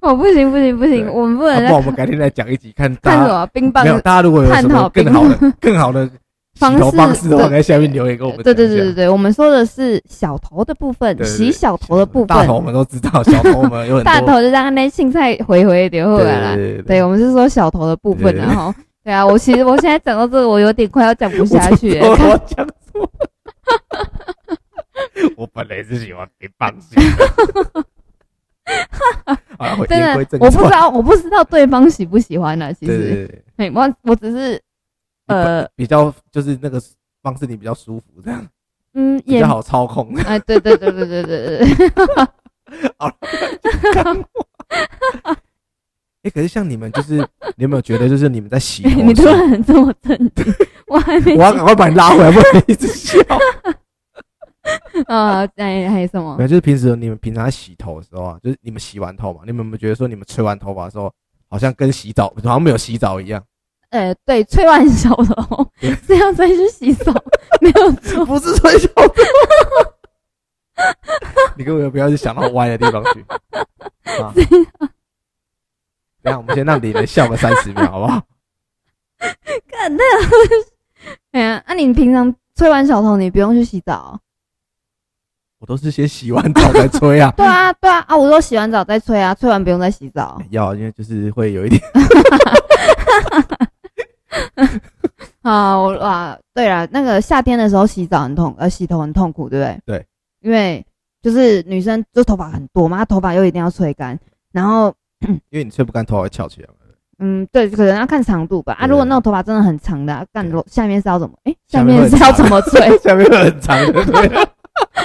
Speaker 2: 哦，不行不行不
Speaker 1: 对啊
Speaker 2: 行，我们不能
Speaker 1: 不
Speaker 2: 再
Speaker 1: 然我们改天来讲一集，看
Speaker 2: 看
Speaker 1: 大
Speaker 2: 什
Speaker 1: 家
Speaker 2: 么冰棒
Speaker 1: 没有，大家如果有什
Speaker 2: 探
Speaker 1: 么
Speaker 2: 讨
Speaker 1: 更
Speaker 2: 冰
Speaker 1: 好的、更好的
Speaker 2: 方
Speaker 1: 洗头
Speaker 2: 式
Speaker 1: 方式的话，
Speaker 2: 对
Speaker 1: 在下面留言跟我们
Speaker 2: 对对
Speaker 1: 讲
Speaker 2: 对
Speaker 1: 一下
Speaker 2: 对对，我们说的是小头的部分，
Speaker 1: 对对
Speaker 2: 洗
Speaker 1: 对
Speaker 2: 小头的部分，
Speaker 1: 大头我们都知道，小头我们有很多
Speaker 2: 大头就让那青菜回回流回来啦。
Speaker 1: 对对
Speaker 2: 对，我们是说小头的部分，
Speaker 1: 对
Speaker 2: 然后对啊，我其实我现在讲到这个，我有点快要讲不下去了。
Speaker 1: 我
Speaker 2: 看
Speaker 1: 我讲错 了。我本来是喜欢冰棒型的。 好了，回
Speaker 2: 真
Speaker 1: 言归
Speaker 2: 的
Speaker 1: 正，传。
Speaker 2: 我不知道，我不知道对方喜不喜欢呢、啊其
Speaker 1: 对，对
Speaker 2: 实，
Speaker 1: 对对，
Speaker 2: 嘿我我只是呃
Speaker 1: 比较就是那个方式你比较舒服，这样
Speaker 2: 嗯
Speaker 1: 比
Speaker 2: 也
Speaker 1: 较好操 控。
Speaker 2: 哎，对对对对对对对，
Speaker 1: 哎，可是像你们就是，你有没有觉得就是 你们在洗头
Speaker 2: 对你
Speaker 1: 的
Speaker 2: 突
Speaker 1: 时候，
Speaker 2: 然这么震惊，我还没
Speaker 1: 我要赶快把你拉回来，不然你一直笑。
Speaker 2: 啊，哎还有什么
Speaker 1: 没？有，就是平时你们平常在洗头的时候啊，就是你们洗完头嘛，你们有没有觉得说你们吹完头发的时候，好像跟洗澡好像没有洗澡一样？
Speaker 2: 呃，对，吹完小头
Speaker 1: 对
Speaker 2: 这样再去洗手，没有错。
Speaker 1: 不是吹小头， 你根本不要去想到歪的地方 去。啊、等一下我们先让李仁笑个三十秒，好不 好？
Speaker 2: 干那个，哎呀，那、你平常吹完小头，你不用去洗澡哦、
Speaker 1: 我都是先洗完澡再吹 啊。
Speaker 2: 对啊，对啊，啊，我都洗完澡再吹啊，吹完不用再洗澡。
Speaker 1: 要，因为就是会有一点，
Speaker 2: 啊，我啊，对了，那个夏天的时候洗澡很痛，呃，洗头很痛苦，对不对？
Speaker 1: 对，
Speaker 2: 因为就是女生就头发很多嘛，她头发又一定要吹干，然后
Speaker 1: 因为你吹不干头发会翘起来嘛。
Speaker 2: 嗯，对，可能要看长度吧。啊，
Speaker 1: 对
Speaker 2: 如果那种头发真的很长的、啊，干
Speaker 1: 对
Speaker 2: 落下面是要怎么？哎、
Speaker 1: 下
Speaker 2: 下
Speaker 1: 面
Speaker 2: 面是要怎么 吹？
Speaker 1: 下面会很长的，对啊。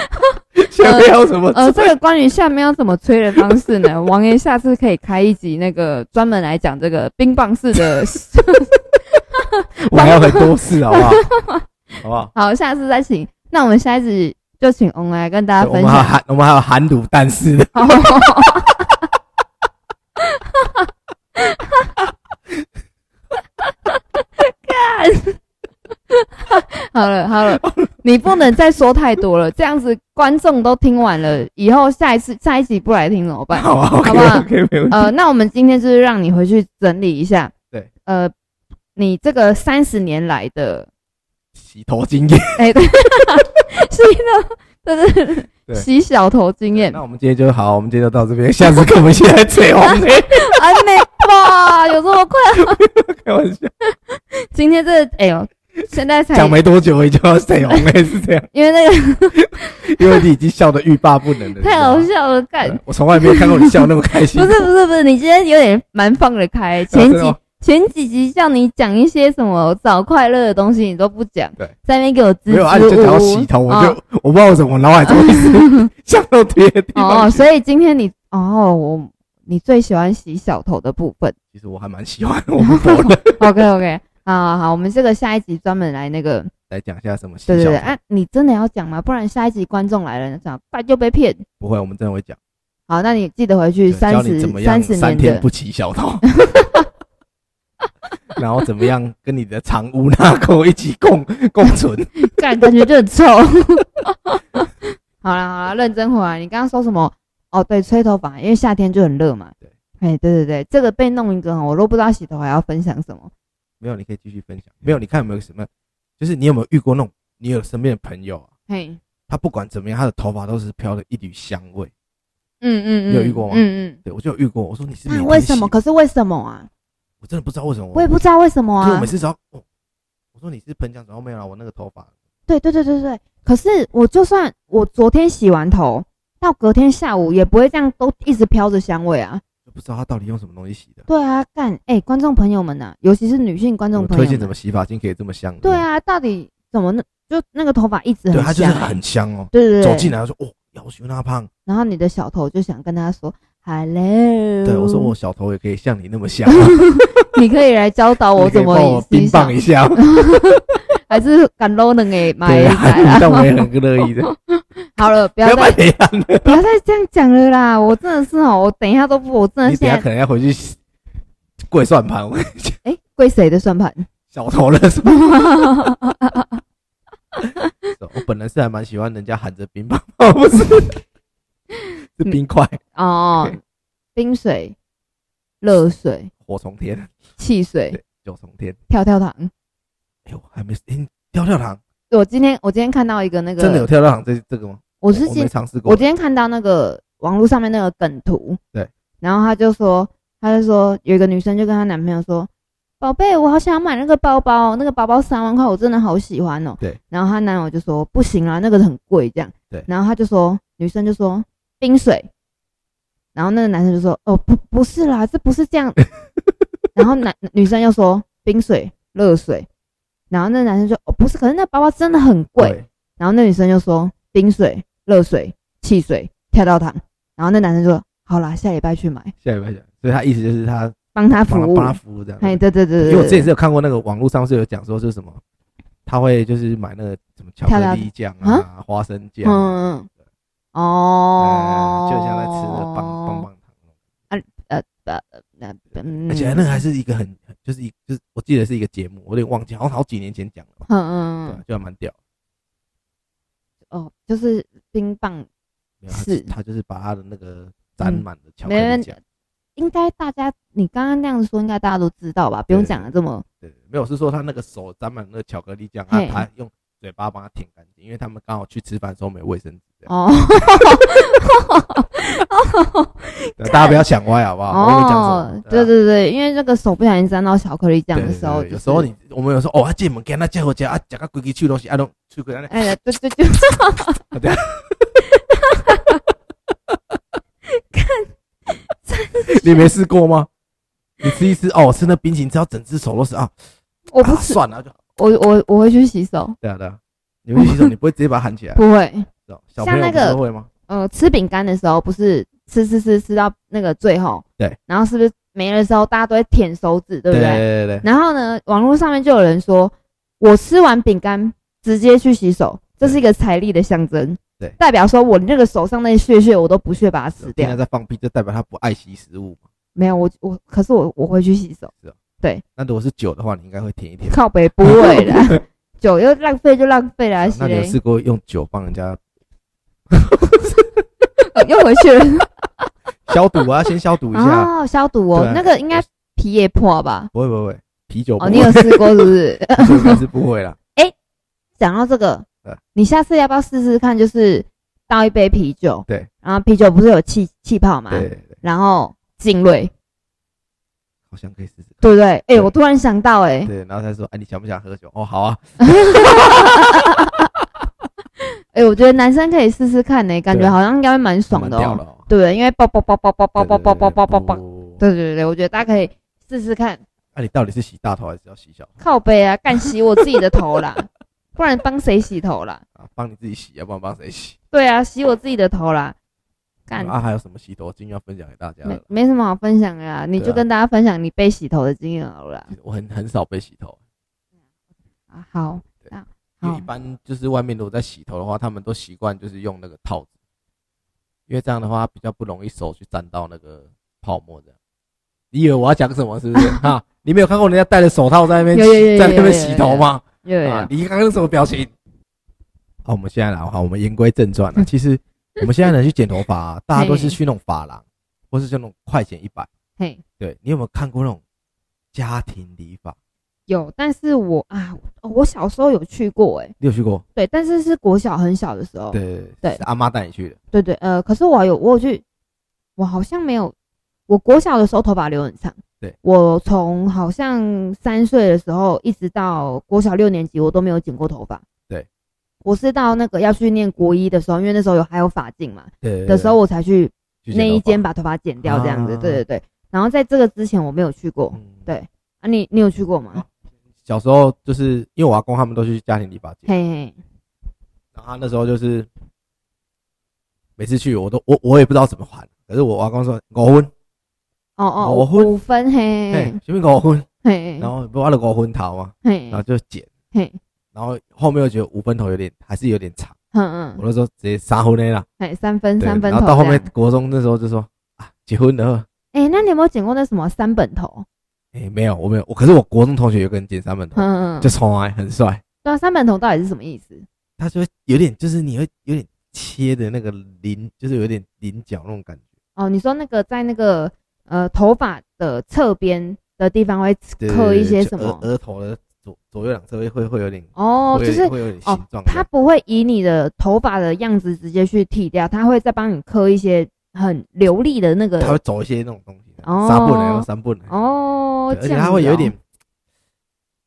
Speaker 1: 下面要怎么吹？
Speaker 2: 呃，这个关于下面要怎么吹的方式呢，王爷下次可以开一集那个专门来讲这个冰棒式的。
Speaker 1: 我还有很多事，好不 好？好不好？
Speaker 2: 好，下次再请。那我们下一集就请翁来跟大家
Speaker 1: 我
Speaker 2: 分
Speaker 1: 们还有
Speaker 2: 享。
Speaker 1: 含，我们还有含卤蛋式的，
Speaker 2: 好， 好了好了，你不能再说太多了，这样子观众都听完了，以后下一次下一集不来听怎 么办？
Speaker 1: 好啊
Speaker 2: 好不好
Speaker 1: ，OK OK，没问题。
Speaker 2: 呃，那我们今天就是让你回去整理一下，
Speaker 1: 对，
Speaker 2: 呃，你这个三十年来的，
Speaker 1: 洗头经验，
Speaker 2: 哎、 对，洗头，就是
Speaker 1: 对
Speaker 2: 洗小头经验
Speaker 1: 那，我们今天就好，我们今天就到这边，下次跟我们一起来吹黄 梅，
Speaker 2: 安内啊哇，有这么快？
Speaker 1: 开玩笑，
Speaker 2: 今天这哎呦，现在才
Speaker 1: 讲没啊多久我就要吹红梅是这样，
Speaker 2: 因为那个
Speaker 1: 因为你已经笑得欲罢不能了，
Speaker 2: 太好笑了，干
Speaker 1: 你知道吗，我从来没有看过你笑那么开心
Speaker 2: 不，是不是不是，你今天有点蛮放得开，前
Speaker 1: 啊真的
Speaker 2: 几
Speaker 1: 吗。
Speaker 2: 前几集叫你讲一些什么找快乐的东西，你都不讲，
Speaker 1: 对，
Speaker 2: 在那边给我支
Speaker 1: 没有啊，你就
Speaker 2: 支
Speaker 1: 讲到
Speaker 2: 吾吾。
Speaker 1: 洗头，我就
Speaker 2: 哦
Speaker 1: 我不知道为什么我脑海中一直 想到别的地
Speaker 2: 哦，
Speaker 1: 方去。
Speaker 2: 所以今天你哦，我你最喜欢洗小头的部 分。
Speaker 1: 其实我还蛮喜欢我们博 的，
Speaker 2: OK OK，好好好，我们这个下一集专门来那个，
Speaker 1: 来讲一下什么洗
Speaker 2: 对对
Speaker 1: 小
Speaker 2: 对，
Speaker 1: 头，
Speaker 2: 啊，你真的要讲吗？不然下一集观众来了，怎么办？又被骗。
Speaker 1: 不会，我们真的会讲，
Speaker 2: 好，那你记得回去
Speaker 1: 就教
Speaker 2: 三
Speaker 1: 你
Speaker 2: 十
Speaker 1: 怎么样
Speaker 2: 三十
Speaker 1: 三
Speaker 2: 年
Speaker 1: 天
Speaker 2: 的
Speaker 1: 不起小头。 然后怎么样跟你的藏污纳垢一起共共存？
Speaker 2: 干，感觉就很臭。好啦好啦，认真回来。你刚刚说什么？哦，对，吹头发，因为夏天就很热嘛。
Speaker 1: 对，
Speaker 2: 哎，对对对，这个被弄一个，我都不知道洗头还要分享什么。
Speaker 1: 没有，你可以继续分享。没有，你看有没有什么？就是你有没有遇过那种，你有身边的朋友啊，
Speaker 2: 嘿，
Speaker 1: 他不管怎么样，他的头发都是飘着一缕香味。
Speaker 2: 嗯嗯嗯，
Speaker 1: 你有遇过吗
Speaker 2: 嗯
Speaker 1: 对我就有遇过，我说你是
Speaker 2: 嗯，那
Speaker 1: 每
Speaker 2: 为
Speaker 1: 天
Speaker 2: 什
Speaker 1: 洗
Speaker 2: 么？可是为什么啊？
Speaker 1: 我真的不知道为什么。
Speaker 2: 我也不知道为什么
Speaker 1: 就我
Speaker 2: 啊
Speaker 1: 每。次只要、哦我说你是喷香水，然后没有啊，我那个头发
Speaker 2: 对对对对对，可是我就算我昨天洗完头，到隔天下午也不会这样，都一直飘着香味啊。
Speaker 1: 就不知道他到底用什么东西洗的。
Speaker 2: 对啊，干哎、观众朋友们呐、尤其是女性观众
Speaker 1: 我
Speaker 2: 朋
Speaker 1: 推
Speaker 2: 友们，啊
Speaker 1: 荐怎么洗发精可以这么香？
Speaker 2: 对，啊，到底怎么那就那个头发一直
Speaker 1: 嗯对，它
Speaker 2: 很
Speaker 1: 就是
Speaker 2: 香欸、
Speaker 1: 很香哦。
Speaker 2: 对对对，
Speaker 1: 走进来我说哦，要修那胖。
Speaker 2: 然后你的小头就想跟他说 “hello”，
Speaker 1: 对，我说我，小头也可以像你那么香啊，
Speaker 2: 你可以来教导我
Speaker 1: 你可
Speaker 2: 怎
Speaker 1: 以
Speaker 2: 么
Speaker 1: 帮我
Speaker 2: 欣
Speaker 1: 冰棒
Speaker 2: 赏，
Speaker 1: 一 下吗。
Speaker 2: 还是敢搂能给买
Speaker 1: 对啊，
Speaker 2: 来啦
Speaker 1: 但我也很乐意的。
Speaker 2: 好了， 不
Speaker 1: 不
Speaker 2: 要
Speaker 1: 要
Speaker 2: 再
Speaker 1: 太黑 暗了。
Speaker 2: 不要再这样讲了啦！我真的是哦，我等一下都不，我真的
Speaker 1: 你等一
Speaker 2: 现
Speaker 1: 下
Speaker 2: 在
Speaker 1: 可能要回去洗跪算盘，我跟你讲，
Speaker 2: 哎，归谁的算盘？
Speaker 1: 小头了 是吧？我本来是还蛮喜欢人家喊着冰棒， 哦不是，是冰块，
Speaker 2: 哦，冰水、热水、
Speaker 1: 火从天，
Speaker 2: 汽水、
Speaker 1: 九重天。
Speaker 2: 跳跳糖，
Speaker 1: 哎呦，还没，哎、跳跳糖
Speaker 2: 我今天我今天看到一个那个，
Speaker 1: 真的有跳跳糖这这个吗？
Speaker 2: 我是
Speaker 1: 我
Speaker 2: 今
Speaker 1: 没尝试过。
Speaker 2: 我今天看到那个网络上面那个梗图，
Speaker 1: 对，
Speaker 2: 然后他就说，他就说有一个女生就跟她男朋友说，宝贝，我好想买那个包包哦，那个包包三万块，我真的好喜欢哦。
Speaker 1: 对，
Speaker 2: 然后她男友就说不行啦，那个很贵这样。
Speaker 1: 对
Speaker 2: 然后他就说，女生就说冰水，然后那个男生就说，哦不不是啦，这不 是这样。然后男女生又说冰水、热水，然后那个男生就哦不是，可是那包包真的很贵。
Speaker 1: 对，
Speaker 2: 然后那女生就说冰水、热水、汽水、跳跳糖。然后那男生就说好啦，下礼拜去买，
Speaker 1: 下礼拜讲。所以他意思就是他
Speaker 2: 帮他服
Speaker 1: 帮他
Speaker 2: 务
Speaker 1: 帮。他服务这样。
Speaker 2: 哎，对对对对，
Speaker 1: 因为我之前
Speaker 2: 对
Speaker 1: 是有看过那个网络上是有讲说，就是什么，他会就是买那个什么巧克力酱
Speaker 2: 跳
Speaker 1: 啊、花生酱啊，
Speaker 2: 嗯嗯嗯哦
Speaker 1: 呃，就像在吃的棒棒棒糖，
Speaker 2: 呃那嗯
Speaker 1: 而且那个还是一个很很就是一就是我记得是一个节目，我有点忘记，好像好几年前讲了吧，
Speaker 2: 嗯
Speaker 1: 对
Speaker 2: 嗯
Speaker 1: 啊
Speaker 2: 嗯，
Speaker 1: 就还蛮屌的。
Speaker 2: 哦，就是冰棒，
Speaker 1: 没有他
Speaker 2: 是
Speaker 1: 他就是把他的那个沾
Speaker 2: 嗯
Speaker 1: 满的巧克力酱，
Speaker 2: 应该大家你刚刚那样子说，应该大家都知道吧？不用讲的这么
Speaker 1: 对，没有是说他那个手沾满那个巧克力酱，啊
Speaker 2: 嘿，
Speaker 1: 他用嘴巴帮他舔干净，因为他们刚好去吃饭的时候没有卫生纸这样，
Speaker 2: 哦
Speaker 1: 对啊大家不要想歪好不 好？我跟你讲什
Speaker 2: 哦
Speaker 1: 么，
Speaker 2: 对
Speaker 1: 啊
Speaker 2: 对对，因为那个手不小心沾到巧克力酱
Speaker 1: 对
Speaker 2: 的
Speaker 1: 对
Speaker 2: 时候，
Speaker 1: 对有
Speaker 2: 就是
Speaker 1: 时候你我们有时候哦，他进门跟他叫我家啊，讲个规矩去东西，啊都去过来，
Speaker 2: 哎，对对对，
Speaker 1: 啊 你没试过吗？你吃一吃哦，我吃那冰淇淋吃到整只手都是啊，
Speaker 2: 我不
Speaker 1: 啊
Speaker 2: 吃，
Speaker 1: 算了就
Speaker 2: 我我我会去洗手，
Speaker 1: 对啊对啊，你会洗手，你不会直接把它喊起来，
Speaker 2: 不会。
Speaker 1: 知道小朋友
Speaker 2: 像那
Speaker 1: 不
Speaker 2: 个
Speaker 1: 是会吗？
Speaker 2: 呃，吃饼干的时候不是吃吃吃吃到那个最后，
Speaker 1: 对，
Speaker 2: 然后是不是没了之后大家都会舔手指，对不
Speaker 1: 对
Speaker 2: 对？
Speaker 1: 对对，对
Speaker 2: 然后呢，网络上面就有人说，我吃完饼干直接去洗手，这是一个财力的象征，
Speaker 1: 对
Speaker 2: 代表说我那个手上那些屑屑我都不屑把它吃
Speaker 1: 现
Speaker 2: 掉
Speaker 1: 在。在放屁，就代表他不爱惜食物嘛。
Speaker 2: 没有，我我可是我我会去洗手，
Speaker 1: 那如果是酒的话，你应该会舔一舔。
Speaker 2: 靠北不会啦，酒又浪费就浪费
Speaker 1: 哦
Speaker 2: 啦，
Speaker 1: 那
Speaker 2: 洗
Speaker 1: 你有
Speaker 2: 嘞
Speaker 1: 试过用酒帮人家
Speaker 2: 呃又回去了。
Speaker 1: 消毒啊？先消毒一下，
Speaker 2: 哦，消毒哦
Speaker 1: 对，
Speaker 2: 那个应该皮也破吧？
Speaker 1: 不会不会，啤酒不
Speaker 2: 哦，
Speaker 1: 会
Speaker 2: 你有试过是不是？
Speaker 1: 啤酒应该是不会 啦。
Speaker 2: 讲到这个
Speaker 1: 对，
Speaker 2: 你下次要不要试试看？就是倒一杯啤酒，
Speaker 1: 对，
Speaker 2: 然后啤酒不是有气气泡嘛，
Speaker 1: 对，对对
Speaker 2: 然后进锐，
Speaker 1: 好像可以试试。
Speaker 2: 对不对？哎，
Speaker 1: 对
Speaker 2: 我突然想到，哎，
Speaker 1: 对，然后他说：“哎，你想不想喝酒？”哦，好啊，
Speaker 2: 哎，我觉得男生可以试试看呢，感觉
Speaker 1: 对
Speaker 2: 好像应该会蛮爽
Speaker 1: 蛮
Speaker 2: 的
Speaker 1: 屌
Speaker 2: 哦，
Speaker 1: 了哦。
Speaker 2: 对不对？因为爆爆爆爆爆爆爆爆爆爆爆爆，
Speaker 1: 不
Speaker 2: 对对对对，我觉得大家可以试试看，
Speaker 1: 那、啊你到底是洗大头还是要洗小头
Speaker 2: 靠背啊，干洗我自己的头啦，不然帮谁洗头啦？
Speaker 1: 啊？帮你自己洗，要不然帮谁洗？
Speaker 2: 对啊，洗我自己的头啦，干。
Speaker 1: 啊，还有什么洗头巾要分享给大家
Speaker 2: 没
Speaker 1: 的？
Speaker 2: 没什么好分享的啦，你
Speaker 1: 对啊
Speaker 2: 就跟大家分享你被洗头的经验好了啦。
Speaker 1: 其实我很很少被洗头，
Speaker 2: 啊，好，
Speaker 1: 对
Speaker 2: 那
Speaker 1: 因为一
Speaker 2: 好，
Speaker 1: 般就是外面如果在洗头的话，他们都习惯就是用那个套子，因为这样的话比较不容易手去沾到那个泡沫这样。你以为我要讲什么是不 是？哈，你没有看过人家戴着手套在那边
Speaker 2: 有有有
Speaker 1: 洗
Speaker 2: 有
Speaker 1: 在那
Speaker 2: 有有
Speaker 1: 边洗头吗？
Speaker 2: 有有
Speaker 1: 啊
Speaker 2: 有，
Speaker 1: 你刚刚是什么表情？好，我们现在来，好，我们言归正传
Speaker 2: 嗯
Speaker 1: 了。其实我们现在能去剪头发 啊、大家都是去那种发廊，或是就那种快剪一百。
Speaker 2: 嘿，
Speaker 1: 对你有没有看过那种家庭理发？
Speaker 2: 有，但是我啊，哦我小时候有去过，哎，
Speaker 1: 你有去过？
Speaker 2: 对，但是是国小很小的时候，
Speaker 1: 对
Speaker 2: 对
Speaker 1: 是阿妈带你去的。
Speaker 2: 对对，呃，可是我有我有去，我好像没有，我国小的时候头发留很长，
Speaker 1: 对，
Speaker 2: 我从好像三岁的时候一直到国小六年级，我都没有剪过头发，
Speaker 1: 对，
Speaker 2: 我是到那个要去念国一的时候，因为那时候有还有发镜嘛
Speaker 1: 对
Speaker 2: 的时候，我才去
Speaker 1: 去剪
Speaker 2: 那
Speaker 1: 头
Speaker 2: 一
Speaker 1: 发
Speaker 2: 间把头发剪掉这样子，
Speaker 1: 啊
Speaker 2: 对对对，然后在这个之前我没有去过
Speaker 1: 嗯
Speaker 2: 对啊，你你有去过吗？
Speaker 1: 小时候就是因为我阿公他们都去家庭理发店，
Speaker 2: 嘿嘿。
Speaker 1: 然后他那时候就是每次去我都我我也不知道怎么还，可是我阿公说五分，
Speaker 2: 哦哦，
Speaker 1: 五
Speaker 2: 五
Speaker 1: 分
Speaker 2: 五分嘿
Speaker 1: 嘿
Speaker 2: 嘿，
Speaker 1: 前面五分，
Speaker 2: 嘿，
Speaker 1: 然后不我了五分头嘛，
Speaker 2: 嘿
Speaker 1: 然后就剪。
Speaker 2: 嘿，
Speaker 1: 然后后面又觉得五分头有点还是有点长，
Speaker 2: 嗯
Speaker 1: 我
Speaker 2: 嗯，
Speaker 1: 那时候直接杀婚嘞啦。
Speaker 2: 嘿，三分
Speaker 1: 对
Speaker 2: 三分
Speaker 1: 然
Speaker 2: 头
Speaker 1: 后到后面
Speaker 2: 这样
Speaker 1: 国中那时候就说啊，结婚了。
Speaker 2: 哎，那你有没有剪过那什么三本头？
Speaker 1: 哎，没有，我没有，我可是我国中同学有个人剪三本头，
Speaker 2: 嗯嗯，
Speaker 1: 就
Speaker 2: 嗯
Speaker 1: 从来很帅。
Speaker 2: 对啊，三本头到底是什么意思？
Speaker 1: 他就会有点就是你会有点切的那个棱，就是有点棱角那种感觉。
Speaker 2: 哦，你说那个在那个呃头发的侧边的地方会
Speaker 1: 对
Speaker 2: 刻一些
Speaker 1: 就
Speaker 2: 什么？
Speaker 1: 额额头的左左右两侧会会会有点
Speaker 2: 哦，
Speaker 1: 会
Speaker 2: 就
Speaker 1: 有
Speaker 2: 是
Speaker 1: 点会有点
Speaker 2: 哦
Speaker 1: 形状的。
Speaker 2: 它不会以你的头发的样子直接去剃掉，它会再帮你刻一些很流利的那
Speaker 1: 它
Speaker 2: 个
Speaker 1: 会走一些那种东西，
Speaker 2: 哦
Speaker 1: 三不能，三不能。
Speaker 2: 哦，
Speaker 1: 对而
Speaker 2: 这
Speaker 1: 且
Speaker 2: 样
Speaker 1: 它会
Speaker 2: 子
Speaker 1: 有
Speaker 2: 哦
Speaker 1: 一点，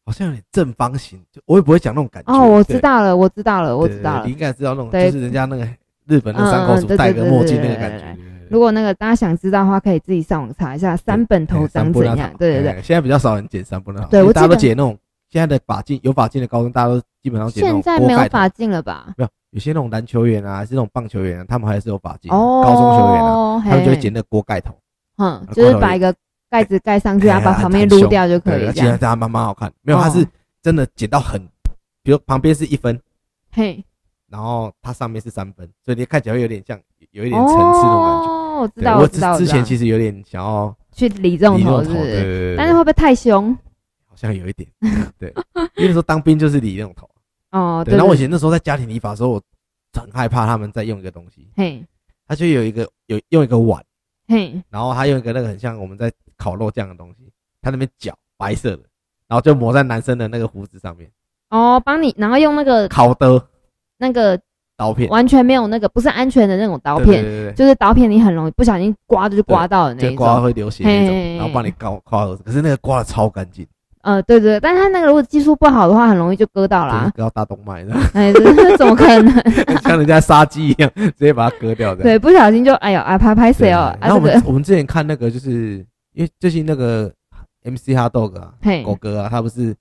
Speaker 1: 好像有点正方形，就我也不会讲那种感觉。
Speaker 2: 哦，我
Speaker 1: 对
Speaker 2: 知道了，我知道了，我
Speaker 1: 对
Speaker 2: 知道
Speaker 1: 对
Speaker 2: 了
Speaker 1: 你。应该知道那种，
Speaker 2: 对
Speaker 1: 就是人家那个日本的三
Speaker 2: 嗯
Speaker 1: 口
Speaker 2: 嗯对
Speaker 1: 组戴
Speaker 2: 对
Speaker 1: 个
Speaker 2: 对
Speaker 1: 墨
Speaker 2: 对
Speaker 1: 镜
Speaker 2: 对
Speaker 1: 那个
Speaker 2: 对
Speaker 1: 感
Speaker 2: 对
Speaker 1: 觉。
Speaker 2: 如果那个大家想知道的话，可以自己上网查一下三本头长
Speaker 1: 哎
Speaker 2: 怎样。对对对，
Speaker 1: 对，现在比较少人剪三不能。
Speaker 2: 对
Speaker 1: 因为
Speaker 2: 我
Speaker 1: 大家
Speaker 2: 记
Speaker 1: 都
Speaker 2: 得
Speaker 1: 剪那种现在的发镜有发镜的高中，大家都基本上剪那
Speaker 2: 现
Speaker 1: 种
Speaker 2: 在
Speaker 1: 锅
Speaker 2: 没有
Speaker 1: 盖头
Speaker 2: 法进了吧？
Speaker 1: 没有，有些那种篮球员啊，还是那种棒球员啊，他们还是有发镜的，
Speaker 2: 哦，
Speaker 1: 高中球员啊，
Speaker 2: 嘿
Speaker 1: 他们就会剪，呃那个锅盖头，
Speaker 2: 嗯，就是把一个盖子盖上去，
Speaker 1: 哎
Speaker 2: 然后把
Speaker 1: 很
Speaker 2: 旁边
Speaker 1: 很
Speaker 2: 撸
Speaker 1: 凶
Speaker 2: 掉就可
Speaker 1: 对，
Speaker 2: 以
Speaker 1: 而
Speaker 2: 这
Speaker 1: 且
Speaker 2: 样。
Speaker 1: 他蛮蛮好看。没有，他
Speaker 2: 哦
Speaker 1: 是真的剪到很，比如旁边是一分，
Speaker 2: 嘿，
Speaker 1: 然后它上面是三分，所以你看起来会有点像有一点层次那种感觉。
Speaker 2: 哦，我知
Speaker 1: 对
Speaker 2: 道，
Speaker 1: 我
Speaker 2: 知道，
Speaker 1: 之之前
Speaker 2: 实
Speaker 1: 其实有点想要
Speaker 2: 去理这种
Speaker 1: 理那
Speaker 2: 头
Speaker 1: 种
Speaker 2: 是
Speaker 1: 头，
Speaker 2: 不
Speaker 1: 对对
Speaker 2: 是？
Speaker 1: 对，
Speaker 2: 但是会不会太凶？
Speaker 1: 好像有一 点，对，因为那时候当兵就是理那种头。
Speaker 2: 哦，
Speaker 1: 对，然后我
Speaker 2: 对
Speaker 1: 以前那时候在家庭理发的时候，我很害怕他们在用一个东西，
Speaker 2: 嘿，
Speaker 1: 他就有一个有用一个碗，
Speaker 2: 嘿，
Speaker 1: 然后他用一个那个很像我们在烤肉酱的东西，他那边搅白色的，然后就抹在男生的那个胡子上 面，
Speaker 2: 哦，帮你，然后用那个
Speaker 1: 烤的
Speaker 2: 那个
Speaker 1: 刀片，
Speaker 2: 完全没有那个不是安全的那种刀
Speaker 1: 对对
Speaker 2: 片，
Speaker 1: 对对
Speaker 2: 就是刀片你很容易不小心刮就刮到的那
Speaker 1: 对，
Speaker 2: 一
Speaker 1: 就刮
Speaker 2: 种。
Speaker 1: 会流血那
Speaker 2: 嘿嘿嘿
Speaker 1: 种，然后帮你刮刮儿子，可是那个刮的超干净。
Speaker 2: 呃，对对，但是他那个如果技术不好的话，很容易就割到
Speaker 1: 就是
Speaker 2: 啦。
Speaker 1: 割到大动脉的，
Speaker 2: 哎，这怎么可能？
Speaker 1: 像人家杀鸡一样， 直接把它割掉的。
Speaker 2: 对，不小心就哎呦啊，拍拍谁哦啊
Speaker 1: 然后
Speaker 2: 这
Speaker 1: 我
Speaker 2: 个
Speaker 1: 们我们之前看那个，就是因为最近那个 MC 哈 dog 啊，
Speaker 2: 嘿，
Speaker 1: 狗哥啊，他不是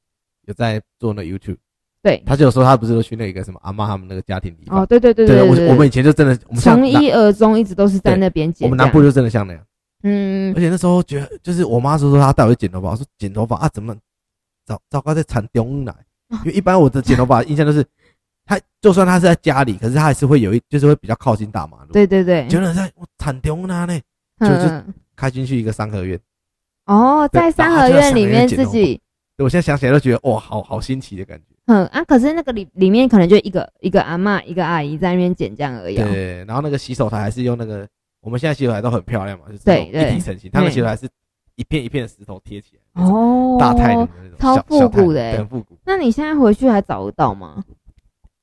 Speaker 1: 有在做那 YouTube，
Speaker 2: 对，
Speaker 1: 他就有说他不是都去那个什么阿妈他们那个家庭地
Speaker 2: 哦，
Speaker 1: 方。
Speaker 2: 对对对
Speaker 1: 对，
Speaker 2: 对
Speaker 1: 我我们以前就真的，我们像
Speaker 2: 从
Speaker 1: 南
Speaker 2: 一而终，一直都是在
Speaker 1: 对
Speaker 2: 那边剪。
Speaker 1: 我们南部，就真的像那样。
Speaker 2: 嗯
Speaker 1: 而且那时候觉得，就是我妈说说她带我去剪头发，我说剪头发啊怎么糟糟糕在产中奶，
Speaker 2: 哦
Speaker 1: 因为一般我的剪头发印象就是，她就算她是在家里，可是她还是会有一就是会比较靠近大马路。
Speaker 2: 对对对，
Speaker 1: 结果在我产中奶呢，
Speaker 2: 嗯
Speaker 1: 就
Speaker 2: 嗯
Speaker 1: 开进去一个三合院。
Speaker 2: 哦，
Speaker 1: 对
Speaker 2: 在三
Speaker 1: 然后
Speaker 2: 合
Speaker 1: 就在
Speaker 2: 院里面
Speaker 1: 三合
Speaker 2: 自
Speaker 1: 院剪
Speaker 2: 己，
Speaker 1: 对我现在想起来都觉得哇，好好新奇的感觉。
Speaker 2: 嗯啊，可是那个里里面可能就一个一个阿嬷一个阿姨在那边剪这样而已哦。
Speaker 1: 对，然后那个洗手台还是用那个，我们现在洗手台都很漂亮嘛，就是那种
Speaker 2: 对对
Speaker 1: 一体成型。他们
Speaker 2: 嗯
Speaker 1: 洗手台是一片一片的石头贴起来，那种
Speaker 2: 哦，
Speaker 1: 大泰的那种
Speaker 2: 超
Speaker 1: 小
Speaker 2: 复
Speaker 1: 小泰
Speaker 2: 古
Speaker 1: 鲁
Speaker 2: 的欸
Speaker 1: 对很复古。
Speaker 2: 那你现在回去还找得到吗？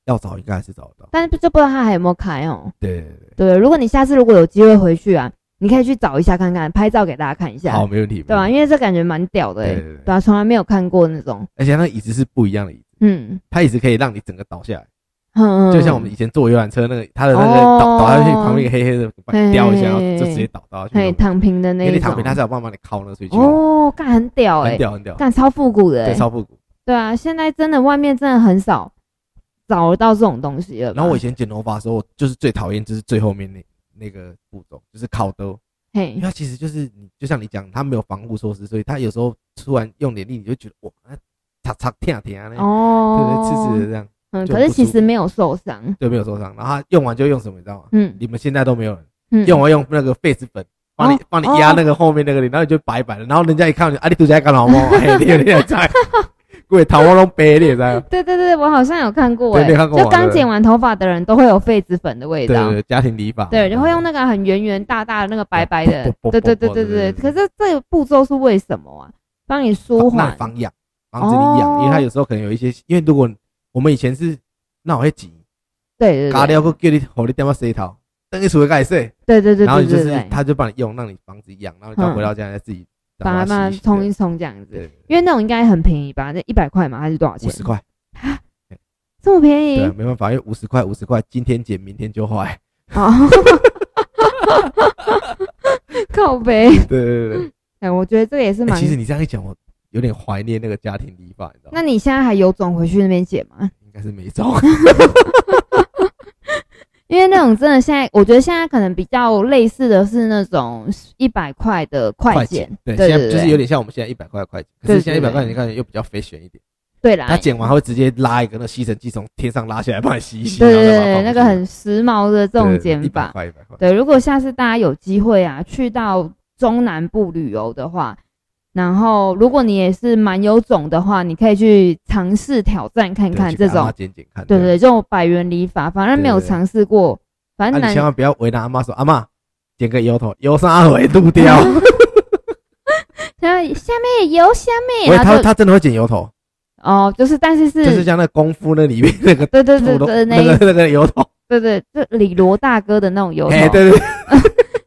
Speaker 1: 要找应该还是找得到。
Speaker 2: 但是就不知道它还有没有开哦。
Speaker 1: 对对对
Speaker 2: 对，如果你下次如果有机会回去啊，你可以去找一下看看，拍照给大家看一
Speaker 1: 对，
Speaker 2: 下
Speaker 1: 好，，没问题。
Speaker 2: 对
Speaker 1: 没
Speaker 2: 吧、
Speaker 1: 问题
Speaker 2: 因为这感觉蛮屌的、欸，
Speaker 1: 对对对
Speaker 2: 对啊，从来没有看过那种，
Speaker 1: 而且那个椅子是不一样的椅子，
Speaker 2: 嗯，
Speaker 1: 它椅子可以让你整个倒下来，
Speaker 2: 嗯
Speaker 1: 就像我们以前坐游览车那个，它的那个
Speaker 2: 哦
Speaker 1: 倒倒下去，旁边一个黑黑的把你叼一下，然后
Speaker 2: 嘿嘿嘿
Speaker 1: 就直接倒倒下去
Speaker 2: 嘿
Speaker 1: 那种。
Speaker 2: 躺平的那
Speaker 1: 因为
Speaker 2: 一
Speaker 1: 你
Speaker 2: 种
Speaker 1: 躺平，它是有办法帮你靠那个水去，
Speaker 2: 哦，干很屌哎、
Speaker 1: 很屌很屌，
Speaker 2: 干超复古的、欸，
Speaker 1: 对，超复古。
Speaker 2: 对啊，现在真的外面真的很少找得到这种东西了吧。
Speaker 1: 然后我以前剪头发的时候，我就是最讨厌就是最后面那那个步骤，就是烤兜，因为
Speaker 2: 嘿，
Speaker 1: 它其实就是你就像你讲，它没有防护措施，所以它有时候突然用点力，你就觉得哇，那擦擦舔舔啊，那对
Speaker 2: 哦，
Speaker 1: 对，刺刺的这样，
Speaker 2: 嗯，
Speaker 1: 就
Speaker 2: 可
Speaker 1: 很
Speaker 2: 是
Speaker 1: 不
Speaker 2: 其
Speaker 1: 舒
Speaker 2: 实
Speaker 1: 服
Speaker 2: 没有受伤，
Speaker 1: 对，没有受伤。然后它用完就用什么，你知道吗？
Speaker 2: 嗯
Speaker 1: 你们现在都没有人。
Speaker 2: 嗯，
Speaker 1: 用完用那个痱子粉，帮你
Speaker 2: 哦
Speaker 1: 帮你压那个后面那个脸，然后你就白白的，然后人家一看你，啊，你涂起来干 老毛，嘿，你有点在， 鬼头发都白脸在，
Speaker 2: 对对对，我好像有看过、
Speaker 1: 对
Speaker 2: 欸，
Speaker 1: 你有看过
Speaker 2: 就
Speaker 1: 吗
Speaker 2: 刚
Speaker 1: 对
Speaker 2: 剪完头发的人都会有痱子粉的味
Speaker 1: 对对
Speaker 2: 道。
Speaker 1: 对，家庭理发，
Speaker 2: 对，然后用那个很圆圆大大的那个白白
Speaker 1: 哦
Speaker 2: 的，
Speaker 1: 啵啵啵啵
Speaker 2: 对对对
Speaker 1: 啵
Speaker 2: 对对。
Speaker 1: 对对
Speaker 2: 可
Speaker 1: 对
Speaker 2: 是这个步骤是为什么啊？帮你舒
Speaker 1: 那
Speaker 2: 缓
Speaker 1: 防痒，防止你痒，
Speaker 2: 哦
Speaker 1: 因为它有时候可能有一些，因为如果我们以前是那我会挤，
Speaker 2: 对对
Speaker 1: 嘎
Speaker 2: 对
Speaker 1: 掉过叫你吼你掉到洗头，等你出来盖洗，
Speaker 2: 对对对
Speaker 1: 然后
Speaker 2: 对
Speaker 1: 你就
Speaker 2: 对嗯
Speaker 1: 是
Speaker 2: 对，
Speaker 1: 他就帮你用，让你防止痒，然后你再回到家再自己
Speaker 2: 把它
Speaker 1: 把
Speaker 2: 慢慢
Speaker 1: 洗洗
Speaker 2: 冲一冲这样
Speaker 1: 对
Speaker 2: 子。
Speaker 1: 对
Speaker 2: 因为那种应该很便宜吧？那一百块嘛，还是多少
Speaker 1: 五
Speaker 2: 钱？
Speaker 1: 十块，
Speaker 2: 这么便
Speaker 1: 对啊
Speaker 2: 宜，
Speaker 1: 没办法，因为五十块五十块，今天剪明天就坏。啊
Speaker 2: 哦， 靠背。
Speaker 1: 对对对对
Speaker 2: 哎，我觉得这个也是
Speaker 1: 欸
Speaker 2: 蛮
Speaker 1: 其……实你这样一讲，我有点怀念那个家庭理发，你知道吗？
Speaker 2: 那你现在还有种回去那边剪吗？
Speaker 1: 应该是没招。
Speaker 2: 因为那种真的现在，我觉得现在可能比较类似的是那种一百块的快剪，
Speaker 1: 对，
Speaker 2: 对
Speaker 1: 现在
Speaker 2: 对
Speaker 1: 就是
Speaker 2: 对
Speaker 1: 有点像我们现在一百块的快剪，可
Speaker 2: 对
Speaker 1: 是现在
Speaker 2: 对
Speaker 1: 一百块
Speaker 2: 对
Speaker 1: 你看又比较 fashion 一点。
Speaker 2: 对啦，
Speaker 1: 他剪完会直接拉一个那吸尘器从天上拉下来帮你吸一吸，
Speaker 2: 对
Speaker 1: 然后
Speaker 2: 对
Speaker 1: 再把它
Speaker 2: 对，
Speaker 1: 放
Speaker 2: 那
Speaker 1: 回
Speaker 2: 个
Speaker 1: 去
Speaker 2: 很时髦的这种剪
Speaker 1: 一百
Speaker 2: 法。
Speaker 1: 块一百块。
Speaker 2: 对，如果下次大家有机会啊，去到中南部旅游的话，然后如果你也是蛮有种的话，你可以去尝试挑战看
Speaker 1: 对
Speaker 2: 看
Speaker 1: 去
Speaker 2: 这
Speaker 1: 给阿
Speaker 2: 种
Speaker 1: 嬷，剪剪看。
Speaker 2: 对对对，这种百元理发，反正没有
Speaker 1: 对对对
Speaker 2: 尝试过，反
Speaker 1: 那
Speaker 2: 正
Speaker 1: 你
Speaker 2: 男
Speaker 1: 千万不要为难阿妈说阿妈剪个油头，油上阿尾度 掉。
Speaker 2: 现在下面有下面，
Speaker 1: 喂，
Speaker 2: 然后
Speaker 1: 他
Speaker 2: 就
Speaker 1: 他真的会剪油头，
Speaker 2: 哦，就是但是
Speaker 1: 就是
Speaker 2: 是，
Speaker 1: 像那功夫那里面那个
Speaker 2: 对对对
Speaker 1: 土豆
Speaker 2: 对，那
Speaker 1: 那
Speaker 2: 一
Speaker 1: 个那个油桶，
Speaker 2: 对对，就李罗大哥的那种油头，
Speaker 1: 哎，对对，对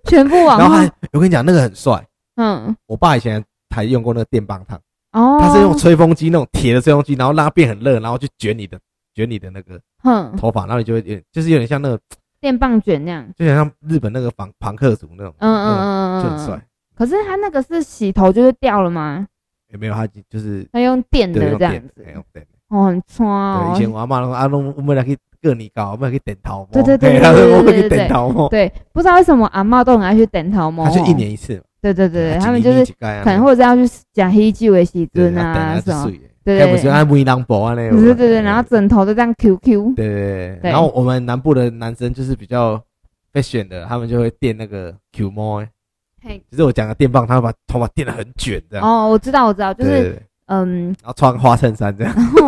Speaker 2: 全部往
Speaker 1: 然后
Speaker 2: 后
Speaker 1: 还我跟你讲，那个很帅，
Speaker 2: 嗯，
Speaker 1: 我爸以前还用过那个电棒烫，
Speaker 2: 哦，
Speaker 1: 他是用吹风机那种铁的吹风机，然后让它变很热，然后去卷你的卷你的那个
Speaker 2: 哼
Speaker 1: 头发，然后你就会有点就是有点像那个，
Speaker 2: 电棒卷那样，
Speaker 1: 就有点像日本那个庞庞克族那种，
Speaker 2: 嗯嗯
Speaker 1: 嗯
Speaker 2: 嗯嗯，
Speaker 1: 就很
Speaker 2: 嗯
Speaker 1: 帅。。
Speaker 2: 可是他那个是洗头就是掉了吗？
Speaker 1: 也没有，他就就是
Speaker 2: 他用电
Speaker 1: 对
Speaker 2: 的
Speaker 1: 用
Speaker 2: 嗯这样
Speaker 1: 电的，哎
Speaker 2: 子，
Speaker 1: 用电的。
Speaker 2: 哦，很穿
Speaker 1: 对，
Speaker 2: 哦
Speaker 1: 以。前我阿妈说啊，弄我们来去割你搞，我们来去点头毛。
Speaker 2: 对对对
Speaker 1: 嘿她说
Speaker 2: 对对
Speaker 1: 我们去
Speaker 2: 对对
Speaker 1: 点头毛。
Speaker 2: 对，不知道为什么阿嬷都很爱去点头毛。
Speaker 1: 他就一，年一次嘛，
Speaker 2: 对对对，
Speaker 1: 啊
Speaker 2: 他们就是可能
Speaker 1: 一年一次啊
Speaker 2: 或者要去讲黑酒的时
Speaker 1: 对
Speaker 2: 阵啊
Speaker 1: 啊
Speaker 2: 什
Speaker 1: 等下
Speaker 2: 么
Speaker 1: 就，睡。
Speaker 2: 对对
Speaker 1: 该不是啊他不一当保安嘞？
Speaker 2: 对对对，然后枕头都这样 QQ，
Speaker 1: 对对对，
Speaker 2: 对
Speaker 1: 然后我们南部的男生就是比较被选的，他们就会垫那个 Q 毛，
Speaker 2: 嘿，
Speaker 1: 就是我讲的电棒，他把头发垫得很卷这样，
Speaker 2: 哦，我知道我知道，就
Speaker 1: 对对
Speaker 2: 是
Speaker 1: 对，对
Speaker 2: 嗯，
Speaker 1: 然后穿花衬衫这样，
Speaker 2: 然后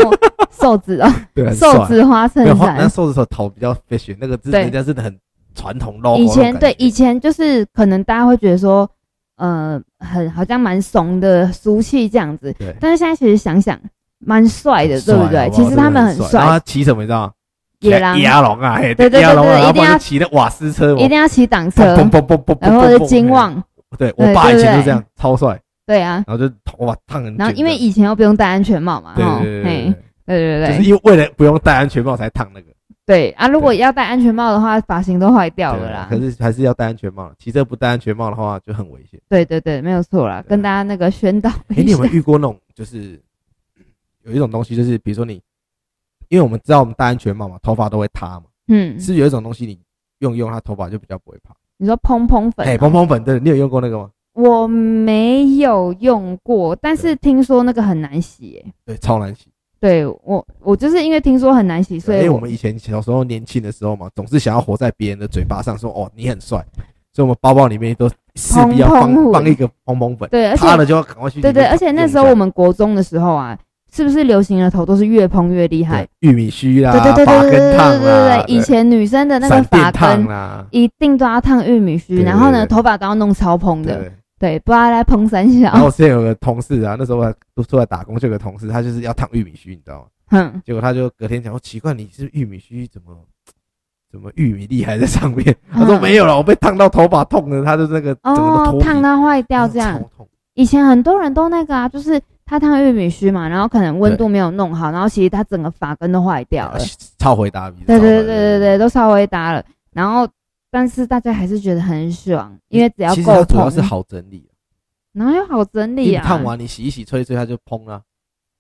Speaker 2: 瘦子哦，
Speaker 1: 对，很帅
Speaker 2: 瘦子花衬
Speaker 1: 没有花那
Speaker 2: 衫。
Speaker 1: 瘦子手头比较被选，那个是
Speaker 2: 对
Speaker 1: 人家真的很传统 logo
Speaker 2: 以
Speaker 1: 那种感
Speaker 2: 前
Speaker 1: 觉。
Speaker 2: 对以前就是可能大家会觉得说，呃，很好像蛮怂的俗气这样子，
Speaker 1: 对，
Speaker 2: 但是现在其实想想蛮帅的，对不
Speaker 1: 很帅
Speaker 2: 对？
Speaker 1: 好好
Speaker 2: 其实他们
Speaker 1: 真
Speaker 2: 很
Speaker 1: 的帅，然后他
Speaker 2: 帅，
Speaker 1: 骑什么你知道吗？
Speaker 2: 野狼
Speaker 1: 骑亚龙啊，嘿
Speaker 2: 对对对
Speaker 1: 亚龙啊，
Speaker 2: 对对
Speaker 1: 然后
Speaker 2: 一定要
Speaker 1: 不然就骑那瓦斯车，
Speaker 2: 一定要骑挡车，
Speaker 1: 嘣嘣嘣嘣嘣，
Speaker 2: 然后或者是金旺，
Speaker 1: 对
Speaker 2: 对
Speaker 1: 我爸以
Speaker 2: 对
Speaker 1: 前
Speaker 2: 对
Speaker 1: 就这样，超帅，
Speaker 2: 对啊，
Speaker 1: 然后就头发烫很卷这样。
Speaker 2: 然后因为以前又不用戴安全帽嘛，
Speaker 1: 对
Speaker 2: 吼
Speaker 1: 对对
Speaker 2: 嘿
Speaker 1: 对对，
Speaker 2: 对对
Speaker 1: 就是
Speaker 2: 对
Speaker 1: 因为为了不用戴安全帽才烫那个
Speaker 2: 对啊！如果要戴安全帽的话，发型都坏掉
Speaker 1: 对啊
Speaker 2: 了啦
Speaker 1: 可。是还是要戴安全帽，骑车不戴安全帽的话就很危 险。
Speaker 2: 对对对，没有错啦，
Speaker 1: 对
Speaker 2: 跟大家那个宣导
Speaker 1: 哎，
Speaker 2: 一
Speaker 1: 你有
Speaker 2: 下
Speaker 1: 没。有遇过那种就是有一种东西，就是比如说你，因为我们知道我们戴安全帽嘛，头发都会塌嘛，
Speaker 2: 嗯，
Speaker 1: 是有一种东西你用一用它头发就比较不会趴。
Speaker 2: 你说蓬蓬粉
Speaker 1: 哎，
Speaker 2: 啊，
Speaker 1: 蓬蓬粉，对，你有用过那个吗？
Speaker 2: 我没有用过，但是听说那个很难洗耶。
Speaker 1: 对，超难洗。
Speaker 2: 对我，我就是因为听说很难洗，所
Speaker 1: 对因
Speaker 2: 以
Speaker 1: 为哎我们以前小时候年轻的时候嘛，总是想要活在别人的嘴巴上，说哦你很帅，所以我们包包里面都势必要放
Speaker 2: 蓬蓬粉
Speaker 1: 放一个蓬蓬粉，
Speaker 2: 对，而且
Speaker 1: 塌了就要赶快去里
Speaker 2: 对
Speaker 1: 面
Speaker 2: 对，
Speaker 1: 用
Speaker 2: 而且那时候
Speaker 1: 一下
Speaker 2: 我们国中的时候啊，是不是流行的头都是越蓬越厉害
Speaker 1: 对？玉米须啦，
Speaker 2: 对对对
Speaker 1: 发
Speaker 2: 对对
Speaker 1: 根
Speaker 2: 对
Speaker 1: 烫
Speaker 2: 对
Speaker 1: 啦
Speaker 2: 对，，以前女生的那个
Speaker 1: 闪
Speaker 2: 发
Speaker 1: 电烫
Speaker 2: 根
Speaker 1: 啦，
Speaker 2: 一定都要烫玉米须，
Speaker 1: 对
Speaker 2: 然后
Speaker 1: 对
Speaker 2: 呢，
Speaker 1: 对
Speaker 2: 头发都要弄超蓬
Speaker 1: 对
Speaker 2: 的，。对，不然来蓬三
Speaker 1: 然后
Speaker 2: 小，
Speaker 1: 我之前有个同事啊，那时候我还都出来打工，就有个同事他就是要烫玉米须，你知道吗？
Speaker 2: 哼，
Speaker 1: 结果他就隔天讲，我奇怪你是玉米须怎么怎么玉米粒还在上面？他说
Speaker 2: 嗯
Speaker 1: 没有了，我被烫到头发痛了，他就那个整个都
Speaker 2: 哦
Speaker 1: 脱，皮嗯
Speaker 2: 烫到坏掉这
Speaker 1: 超
Speaker 2: 样。
Speaker 1: 痛
Speaker 2: 以前很多人都那个啊，就是他烫玉米须嘛，然后可能温度没有弄好，然后其实他整个发根都坏掉了。
Speaker 1: 超回答你，
Speaker 2: 对
Speaker 1: 超
Speaker 2: 对对
Speaker 1: 回答
Speaker 2: 对对，都稍微搭了，然后但是大家还是觉得很爽，因为只要
Speaker 1: 其实它
Speaker 2: 够
Speaker 1: 主要
Speaker 2: 蓬
Speaker 1: 是，好整理，
Speaker 2: 然后又好整理
Speaker 1: 你
Speaker 2: 啊，
Speaker 1: 烫完你洗一洗吹一吹，它就蓬了，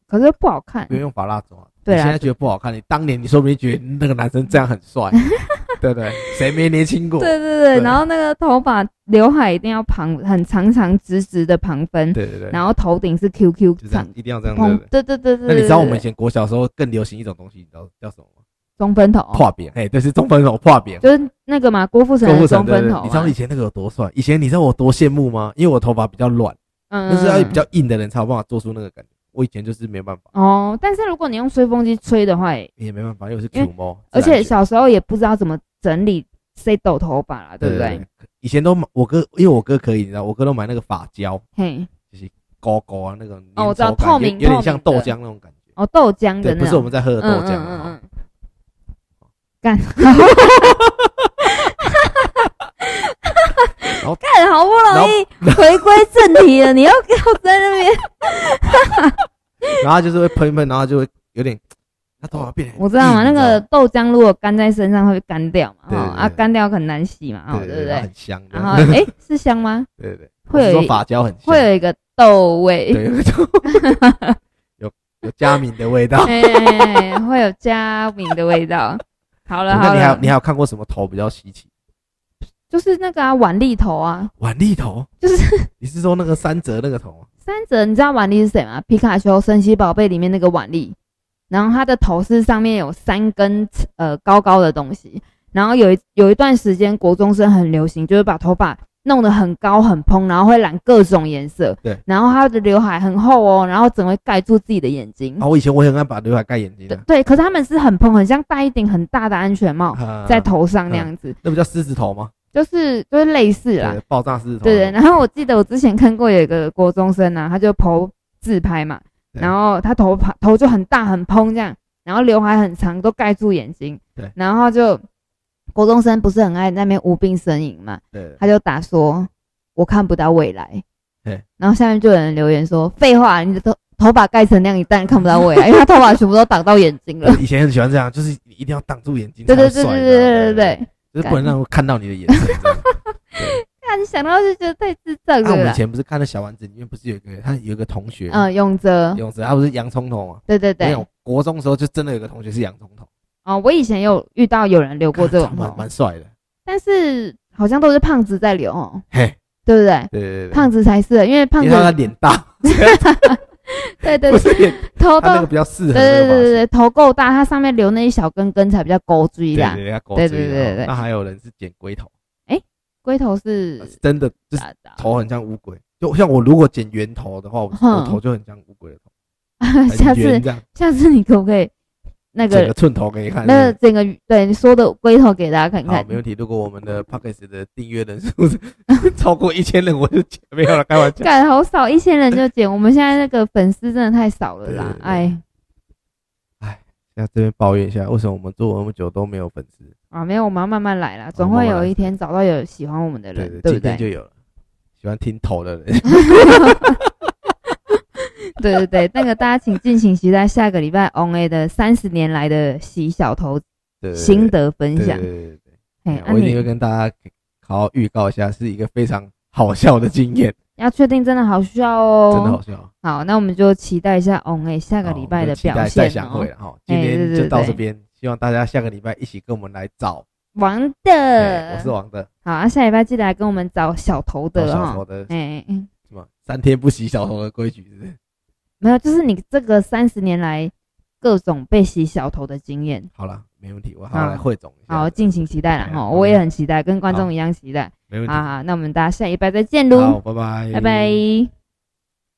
Speaker 2: 可是不好看
Speaker 1: 不。用用发蜡烛啊。
Speaker 2: 对
Speaker 1: 你
Speaker 2: 啦
Speaker 1: 现在觉得不好看，你当年你说不定觉得那个男生这样很帅， 对不对？谁没年轻过？
Speaker 2: 对对对，
Speaker 1: 对
Speaker 2: 然后那个头发刘海一定要旁很长长直直的旁分，
Speaker 1: 对对对，
Speaker 2: 然后头顶是 QQ
Speaker 1: 就这
Speaker 2: 长
Speaker 1: 样，，一定要这样，对
Speaker 2: 蓬
Speaker 1: 不对？
Speaker 2: 对对对对。
Speaker 1: 那你知道我们以
Speaker 2: 对对
Speaker 1: 前国小的时候更流行一种东西，你知道叫什么吗？
Speaker 2: 中分头，
Speaker 1: 画饼，哎，对，是中分手画饼。
Speaker 2: 哦就是那个嘛，郭富城
Speaker 1: 郭
Speaker 2: 的
Speaker 1: 富城
Speaker 2: 中
Speaker 1: 对对
Speaker 2: 分
Speaker 1: 对
Speaker 2: 头啊，
Speaker 1: 你知道以前那个有多帅？以前你知道我多羡慕吗？因为我头发比较软，
Speaker 2: 嗯，
Speaker 1: 就是要比较
Speaker 2: 嗯
Speaker 1: 硬的人才有办法做出那个感觉。我以前就是没办法，
Speaker 2: 哦。但是如果你用吹风机吹的话，也
Speaker 1: 也没办法，因为我是
Speaker 2: 因为
Speaker 1: Q 毛，
Speaker 2: 而
Speaker 1: 自然卷
Speaker 2: 且小时候也不知道怎么整理谁抖头发啦，对不对？？
Speaker 1: 以前都买我哥，因为我哥可以，你知道，我哥都买那个发胶，
Speaker 2: 嘿，
Speaker 1: 高高啊那种粘稠感，
Speaker 2: 哦我知道透明
Speaker 1: 有有点像
Speaker 2: 透
Speaker 1: 豆
Speaker 2: 明的
Speaker 1: 浆那种感觉。
Speaker 2: 哦，豆浆
Speaker 1: 对，
Speaker 2: 的那
Speaker 1: 不是我们在喝的
Speaker 2: 的
Speaker 1: 豆浆啊，
Speaker 2: 嗯嗯嗯干，
Speaker 1: 后
Speaker 2: 干，好不容易回归正题了，你又给我在那边，
Speaker 1: 然后它就是会喷一喷，然后它就会有点，它头发变得很硬。
Speaker 2: 我知道嘛，那
Speaker 1: 你
Speaker 2: 个
Speaker 1: 知
Speaker 2: 豆浆如果干在身上会干掉嘛，
Speaker 1: 对对
Speaker 2: 哦啊，
Speaker 1: 对
Speaker 2: 干掉很难洗嘛，
Speaker 1: 道
Speaker 2: 哦，
Speaker 1: 对
Speaker 2: 对
Speaker 1: 对
Speaker 2: 不
Speaker 1: 对，它
Speaker 2: 对？
Speaker 1: 很香的。
Speaker 2: 然后，诶，是香吗？
Speaker 1: 对对对，
Speaker 2: 会
Speaker 1: 我是
Speaker 2: 有
Speaker 1: 说发胶很香，
Speaker 2: 会有一个豆味，
Speaker 1: 对， 有有佳敏的味道。
Speaker 2: 哎，会有加敏的 味道。好了
Speaker 1: 那
Speaker 2: 好
Speaker 1: 你还有
Speaker 2: 了
Speaker 1: 你，还有看过什么头比较稀奇？
Speaker 2: 就是那个啊，碗粒头啊，
Speaker 1: 碗粒头，
Speaker 2: 就是
Speaker 1: 你是说那个三折那个头吗？
Speaker 2: 三泽，你知道碗粒是谁吗？皮卡丘神奇宝贝里面那个碗粒，然后它的头是上面有三根呃高高的东西，然后有一有一段时间国中生很流行，就是把头发弄得很高很蓬，然后会染各种颜色，
Speaker 1: 对，
Speaker 2: 然后他的刘海很厚哦，然后整会盖住自己的眼睛，
Speaker 1: 啊，我以前我也很爱把刘海盖眼睛
Speaker 2: 嗯
Speaker 1: 啊
Speaker 2: 对
Speaker 1: 的，
Speaker 2: 对，可是他们是很蓬，很像戴一顶很大的安全帽
Speaker 1: 啊
Speaker 2: 在头上那样子，
Speaker 1: 那不叫狮子头吗？
Speaker 2: 就是就是类似啦
Speaker 1: 对，，哦爆炸狮子头。
Speaker 2: 啊对对，然后我记得我之前看过有一个国中生啊，他就 po 自拍嘛，
Speaker 1: 对
Speaker 2: 然后他头发头就很大很蓬这样，然后刘海很长都盖住眼睛，
Speaker 1: 对
Speaker 2: 然后就国中生不是很爱那边无病呻吟嘛，
Speaker 1: 对，
Speaker 2: 他就打说我看不到未来
Speaker 1: 对，
Speaker 2: 然后下面就有人留言说废话，你的头头发盖成那样，你当然看不到 未来，因为他头发全部都挡到眼睛了。
Speaker 1: 以前很喜欢这样，就是你一定要挡住眼睛，
Speaker 2: 对对
Speaker 1: 才
Speaker 2: 对
Speaker 1: 会帅
Speaker 2: 对
Speaker 1: 你知道吗
Speaker 2: 对对对，
Speaker 1: 就是不能让我看到你的眼神。这 样
Speaker 2: 看你想到就觉得太智障
Speaker 1: 那啊我
Speaker 2: 了
Speaker 1: 们以
Speaker 2: 啦。
Speaker 1: 前不是看到小丸子里面不是有一个他有一个同学，
Speaker 2: 嗯，永泽，
Speaker 1: 勇子，他不是洋葱头吗？
Speaker 2: 对对
Speaker 1: 没
Speaker 2: 对，
Speaker 1: 有，国中的时候就真的有个同学是洋葱头，
Speaker 2: 哦，我以前有遇到有人留过这种哦
Speaker 1: 长 得蛮
Speaker 2: 头，
Speaker 1: 蛮帅的，
Speaker 2: 但是好像都是胖子在留哦，
Speaker 1: 嘿，
Speaker 2: 对不对？
Speaker 1: 对对对，
Speaker 2: 胖子才是，因为胖
Speaker 1: 因
Speaker 2: 子
Speaker 1: 为他脸大，
Speaker 2: 对 对哦
Speaker 1: 不
Speaker 2: 对
Speaker 1: 是脸，
Speaker 2: 头
Speaker 1: 他
Speaker 2: 都
Speaker 1: 那个比较适合
Speaker 2: 对
Speaker 1: 那
Speaker 2: 对
Speaker 1: 个发
Speaker 2: 对对
Speaker 1: 型。
Speaker 2: 对头够大，它上面留那一小根根才比较勾追
Speaker 1: 对
Speaker 2: 啦。
Speaker 1: 对，他狗
Speaker 2: 对
Speaker 1: 嘴
Speaker 2: 对对对对
Speaker 1: 那还有人是剪龟头，
Speaker 2: 龟头是
Speaker 1: 真的就是
Speaker 2: 假的啊，
Speaker 1: 头很像乌龟。就像我如果剪圆头的话，我
Speaker 2: 哼
Speaker 1: 我头就很像乌龟的头，
Speaker 2: 下
Speaker 1: 很
Speaker 2: 次
Speaker 1: 圆这样，
Speaker 2: 下次你可不可以那
Speaker 1: 整
Speaker 2: 个
Speaker 1: 个寸头给你看。
Speaker 2: 那个整个对你说的龟头给大家看
Speaker 1: 好，
Speaker 2: 看
Speaker 1: 没？问题。如果我们
Speaker 2: 嗯
Speaker 1: 的 p o c k e t 的订阅人数 是超过一千人，我就剪没有了，开玩 笑。
Speaker 2: 干好少，一千人就减，我们现在那个粉丝真的太少了啦
Speaker 1: 对对，对
Speaker 2: 哎
Speaker 1: 那这边抱怨一下，为什么我们做那么久都没有粉丝？
Speaker 2: 啊，没有，我们要慢慢来啦，总
Speaker 1: 慢
Speaker 2: 会
Speaker 1: 慢来
Speaker 2: 有一天找到有喜欢我们的
Speaker 1: 对
Speaker 2: 人，对
Speaker 1: 今
Speaker 2: 不
Speaker 1: 天
Speaker 2: 对
Speaker 1: 就？有了。喜欢听头 的人，
Speaker 2: 对对对，那个大家请敬请期待下个礼拜 On A 的三十年来的洗小头
Speaker 1: 对
Speaker 2: 心得分
Speaker 1: 对
Speaker 2: 享
Speaker 1: 对。对对
Speaker 2: 嘿，
Speaker 1: 对，
Speaker 2: 啊
Speaker 1: 我一定
Speaker 2: 你
Speaker 1: 会跟大家好好预告一下，是一个非常好笑的经验，
Speaker 2: 要确定真的好笑
Speaker 1: 真的好
Speaker 2: 哦。
Speaker 1: 笑。
Speaker 2: 好，那我们就期待一下 On A
Speaker 1: 下
Speaker 2: 下个礼拜的表
Speaker 1: 再
Speaker 2: 现
Speaker 1: 相
Speaker 2: 哦
Speaker 1: 会。了哈。今
Speaker 2: 哎对
Speaker 1: 天
Speaker 2: 对
Speaker 1: 就到
Speaker 2: 对
Speaker 1: 这边，希望大家下个礼拜一起跟我们来找。
Speaker 2: 王
Speaker 1: 哎我
Speaker 2: 的
Speaker 1: 是，王的，
Speaker 2: 好啊，下礼拜记得来跟我们找小头
Speaker 1: 找
Speaker 2: 的哦
Speaker 1: 小
Speaker 2: 哈
Speaker 1: 头。的
Speaker 2: 哎，哎
Speaker 1: 什么三天不洗小头的规矩是不是？
Speaker 2: 没有，就是你这个三十年来各种被洗小头的经验，
Speaker 1: 好了，没问题，我好好来汇总一下。
Speaker 2: 好，敬请期待
Speaker 1: 哎
Speaker 2: 啦哈。
Speaker 1: 好
Speaker 2: 我也很期待，跟观
Speaker 1: 好
Speaker 2: 众一样期待。
Speaker 1: 没问题
Speaker 2: 啊好。好，那我们大家下礼拜再见喽
Speaker 1: 好，，拜拜，
Speaker 2: 拜拜。